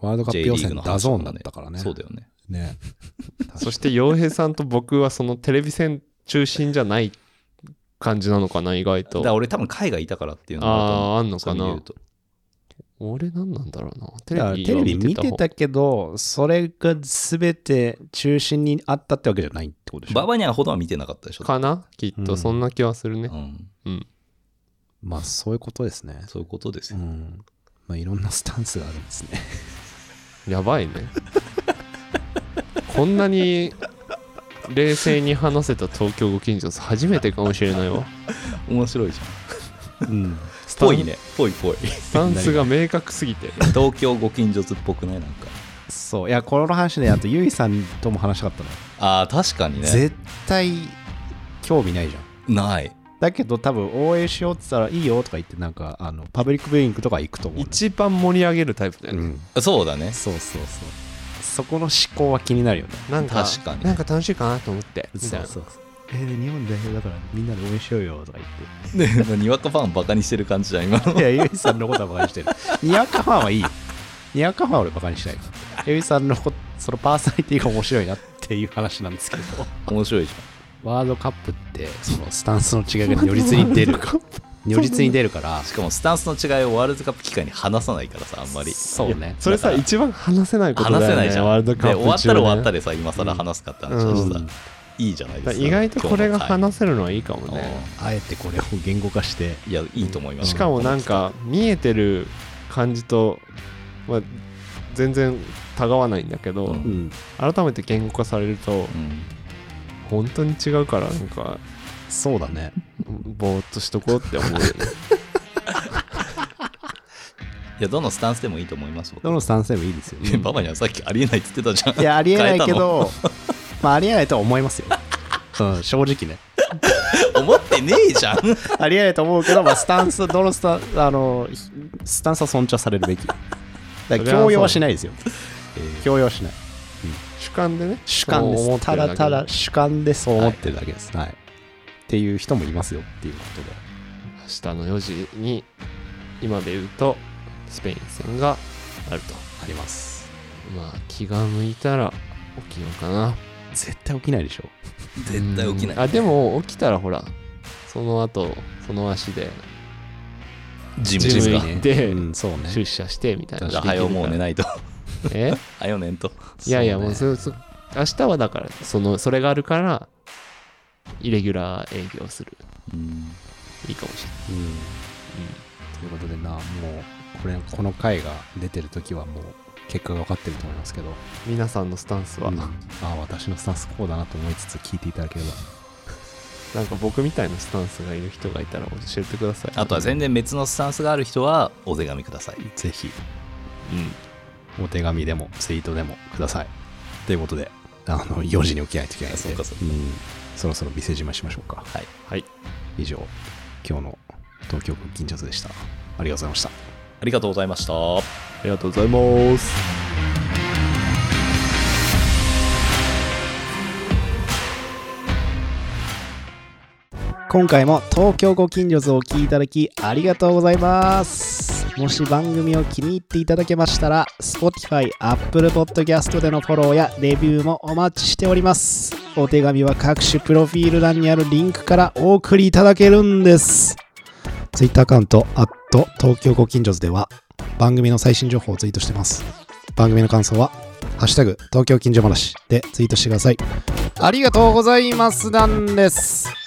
Speaker 1: ワールドカ
Speaker 3: J
Speaker 1: ッ
Speaker 3: リ
Speaker 1: プ予
Speaker 3: ーグ
Speaker 1: 選
Speaker 3: の
Speaker 1: ダ
Speaker 3: 話
Speaker 1: ゾ
Speaker 3: と
Speaker 1: ー
Speaker 3: か
Speaker 1: ン
Speaker 3: ね
Speaker 1: だったからね
Speaker 3: そうだよね。
Speaker 1: ね
Speaker 2: そして洋平さんと僕はそのテレビ線中心じゃない感じなのかな意外
Speaker 3: だから
Speaker 2: と
Speaker 3: 俺多分海外いたからっていうのもると思う
Speaker 2: あああんの
Speaker 3: そ
Speaker 2: か
Speaker 3: ういう意
Speaker 2: な
Speaker 3: 味で
Speaker 2: 俺何なんだろうなテ
Speaker 1: だからテレビ見てたけどそれが全て中心にあったってわけじゃないってことで
Speaker 3: 言うと
Speaker 1: しょ
Speaker 3: ババニャンほどは見てなかったでしょ。
Speaker 2: かなきっ
Speaker 1: う
Speaker 2: と
Speaker 1: ん
Speaker 2: そんな気はするね
Speaker 3: うん、
Speaker 2: うん
Speaker 1: まあそういうことですね
Speaker 3: そういうことです
Speaker 1: う
Speaker 3: よ。
Speaker 1: んまあいろんなスタンスがあるんですね
Speaker 2: やばいねこんなに冷静に話せた東京ご近所さん初めてかもしれないわ
Speaker 3: 面白いじゃん。
Speaker 1: うん。スタン
Speaker 3: ぽいね。ぽいぽい。
Speaker 2: スタンスが明確すぎて
Speaker 3: 東京ご近所図っぽくないなんか。
Speaker 1: そう。いや、この話ね、あと、ゆいさんとも話したかったのよ。
Speaker 3: ああ、確かにね。
Speaker 1: 絶対、興味ないじゃん。
Speaker 3: ない。
Speaker 1: だけど、多分、応援しようって言ったら、いいよとか言って、なんか、あの、パブリックビューイングとか行くと思う、ね。
Speaker 2: 一番盛り上げるタイプだよ
Speaker 1: う
Speaker 2: ね、
Speaker 1: ん。
Speaker 3: そうだ ね。
Speaker 1: そうそうそう。そこの思考は気になるよね。
Speaker 2: なんか
Speaker 3: 確かに
Speaker 2: なんか楽しいかなと思ってみたいな
Speaker 1: うそう。えー、日本代表だからみんなで応援しようよとか言って。
Speaker 3: ねにわかファンバカにしてる感じじゃん、今の。
Speaker 1: いや、ゆいさんのことはバカにしてる。にわかファンはいい。にわかファンは俺バカにしない。ゆいさんのこそのパーソナリティが面白いなっていう話なんですけど、
Speaker 3: 面白いじ
Speaker 1: ワールドカップって、そのスタンスの違いが如実に出る。如実に出るから
Speaker 3: ゃん。、しかもスタンスの違いをワールドカップ期間に話さないからさ、あんまり。
Speaker 1: そうね。
Speaker 2: それさ
Speaker 3: だから
Speaker 2: 一番話せないことだよね
Speaker 3: 話せないじゃん。
Speaker 2: ワールドカップ
Speaker 3: で
Speaker 2: 中、
Speaker 3: 終わったら終わった
Speaker 2: り
Speaker 3: でさ、今更話すかって話をしてさ、
Speaker 1: うん
Speaker 3: いいじゃないですか。
Speaker 2: 意外とこれが話せるのはいいかも
Speaker 3: 今日の回
Speaker 2: ね
Speaker 1: あえてこれを言語化して、
Speaker 3: うんいや、いいと思います。
Speaker 2: しかもなんか見えてる感じと、まあ、全然たがわないんだけど、
Speaker 3: う
Speaker 1: うんん、
Speaker 2: 改めて言語化されると
Speaker 3: うん、
Speaker 2: 本当に違うからなんか
Speaker 1: そうだね。
Speaker 2: ぼーっとしとこうって思うよ ね
Speaker 3: いや、どのスタンスでもいいと思います、僕
Speaker 1: どのスタンスでもいいですよ、
Speaker 3: いやパパにはさっきありえないって言ってたじゃん。
Speaker 1: いや、ありえないけ
Speaker 3: 変え
Speaker 1: ど、まあ、ありえないとは思いますよ。 うん、正直ね。
Speaker 3: たの。思ってねえじゃん。
Speaker 1: ありえないと思うけど、まあ、スタンス、どのスタンス、あの、スタンスは尊重されるべき。だから
Speaker 2: それはそう
Speaker 1: 強要はしないですよ。強要はしない。
Speaker 2: 主観でね
Speaker 1: 主観で
Speaker 2: そう思
Speaker 1: す。
Speaker 2: って
Speaker 1: た
Speaker 2: るだけ
Speaker 1: だただ主観でそう思ってるだけです。はい。っていう人もいますよっていうことで。
Speaker 2: 明日の4時に今で言うとスペイン戦があると
Speaker 1: あります。
Speaker 2: まあ気が向いたら起きようかな
Speaker 1: 絶対起きないでしょ。
Speaker 3: 絶対起きない。
Speaker 2: うんあでも起きたらほらその後その足で
Speaker 3: ジム
Speaker 2: ジム
Speaker 3: です
Speaker 2: 行
Speaker 3: か。
Speaker 2: って
Speaker 1: うん、そうね。
Speaker 2: 出社してみたいな
Speaker 3: だから、はよもう寝
Speaker 2: い
Speaker 3: ない と。
Speaker 2: え
Speaker 3: はよ寝んと。
Speaker 2: いやいや
Speaker 1: そうね
Speaker 2: もうそそ明日はだからそのそれがあるからイレギュラー営業する
Speaker 3: うん
Speaker 2: いいかもしれない
Speaker 1: うん。うんということでな、もう、これ、この回が出てる時はもう、結果が分かってると思いますけど、
Speaker 2: 皆さんのスタンスは、
Speaker 1: うん
Speaker 2: な
Speaker 1: あ
Speaker 2: ん
Speaker 1: あ、私のスタンスこうだなと思いつつ聞いていただければ。
Speaker 2: か僕みたいなスタンスがいる人がいたら教えてください
Speaker 3: あとは全然別のスタンスがある人はお手紙ください。
Speaker 1: ぜひ、お手紙でもツイートでもください。ということで、あの4時に起きないといけないので、
Speaker 3: そうかそう
Speaker 1: うんそろそろ店じましましょうか。
Speaker 3: はい。
Speaker 2: はい
Speaker 1: 以上、今日の東京金所でした。ありがとうございました。
Speaker 3: ありがとうございました。
Speaker 2: ありがとうございます
Speaker 1: 今回も東京ご近所図をお聞きいただきありがとうございますもし番組を気に入っていただけましたら Spotify、Apple Podcast でのフォローやレビューもお待ちしておりますお手紙は各種プロフィール欄にあるリンクからお送りいただけるんです Twitter アカウント東京ご近所図では番組の最新情報をツイートしてます番組の感想は「ハッシュタグ東京近所話」でツイートしてくださいありがとうございますなんです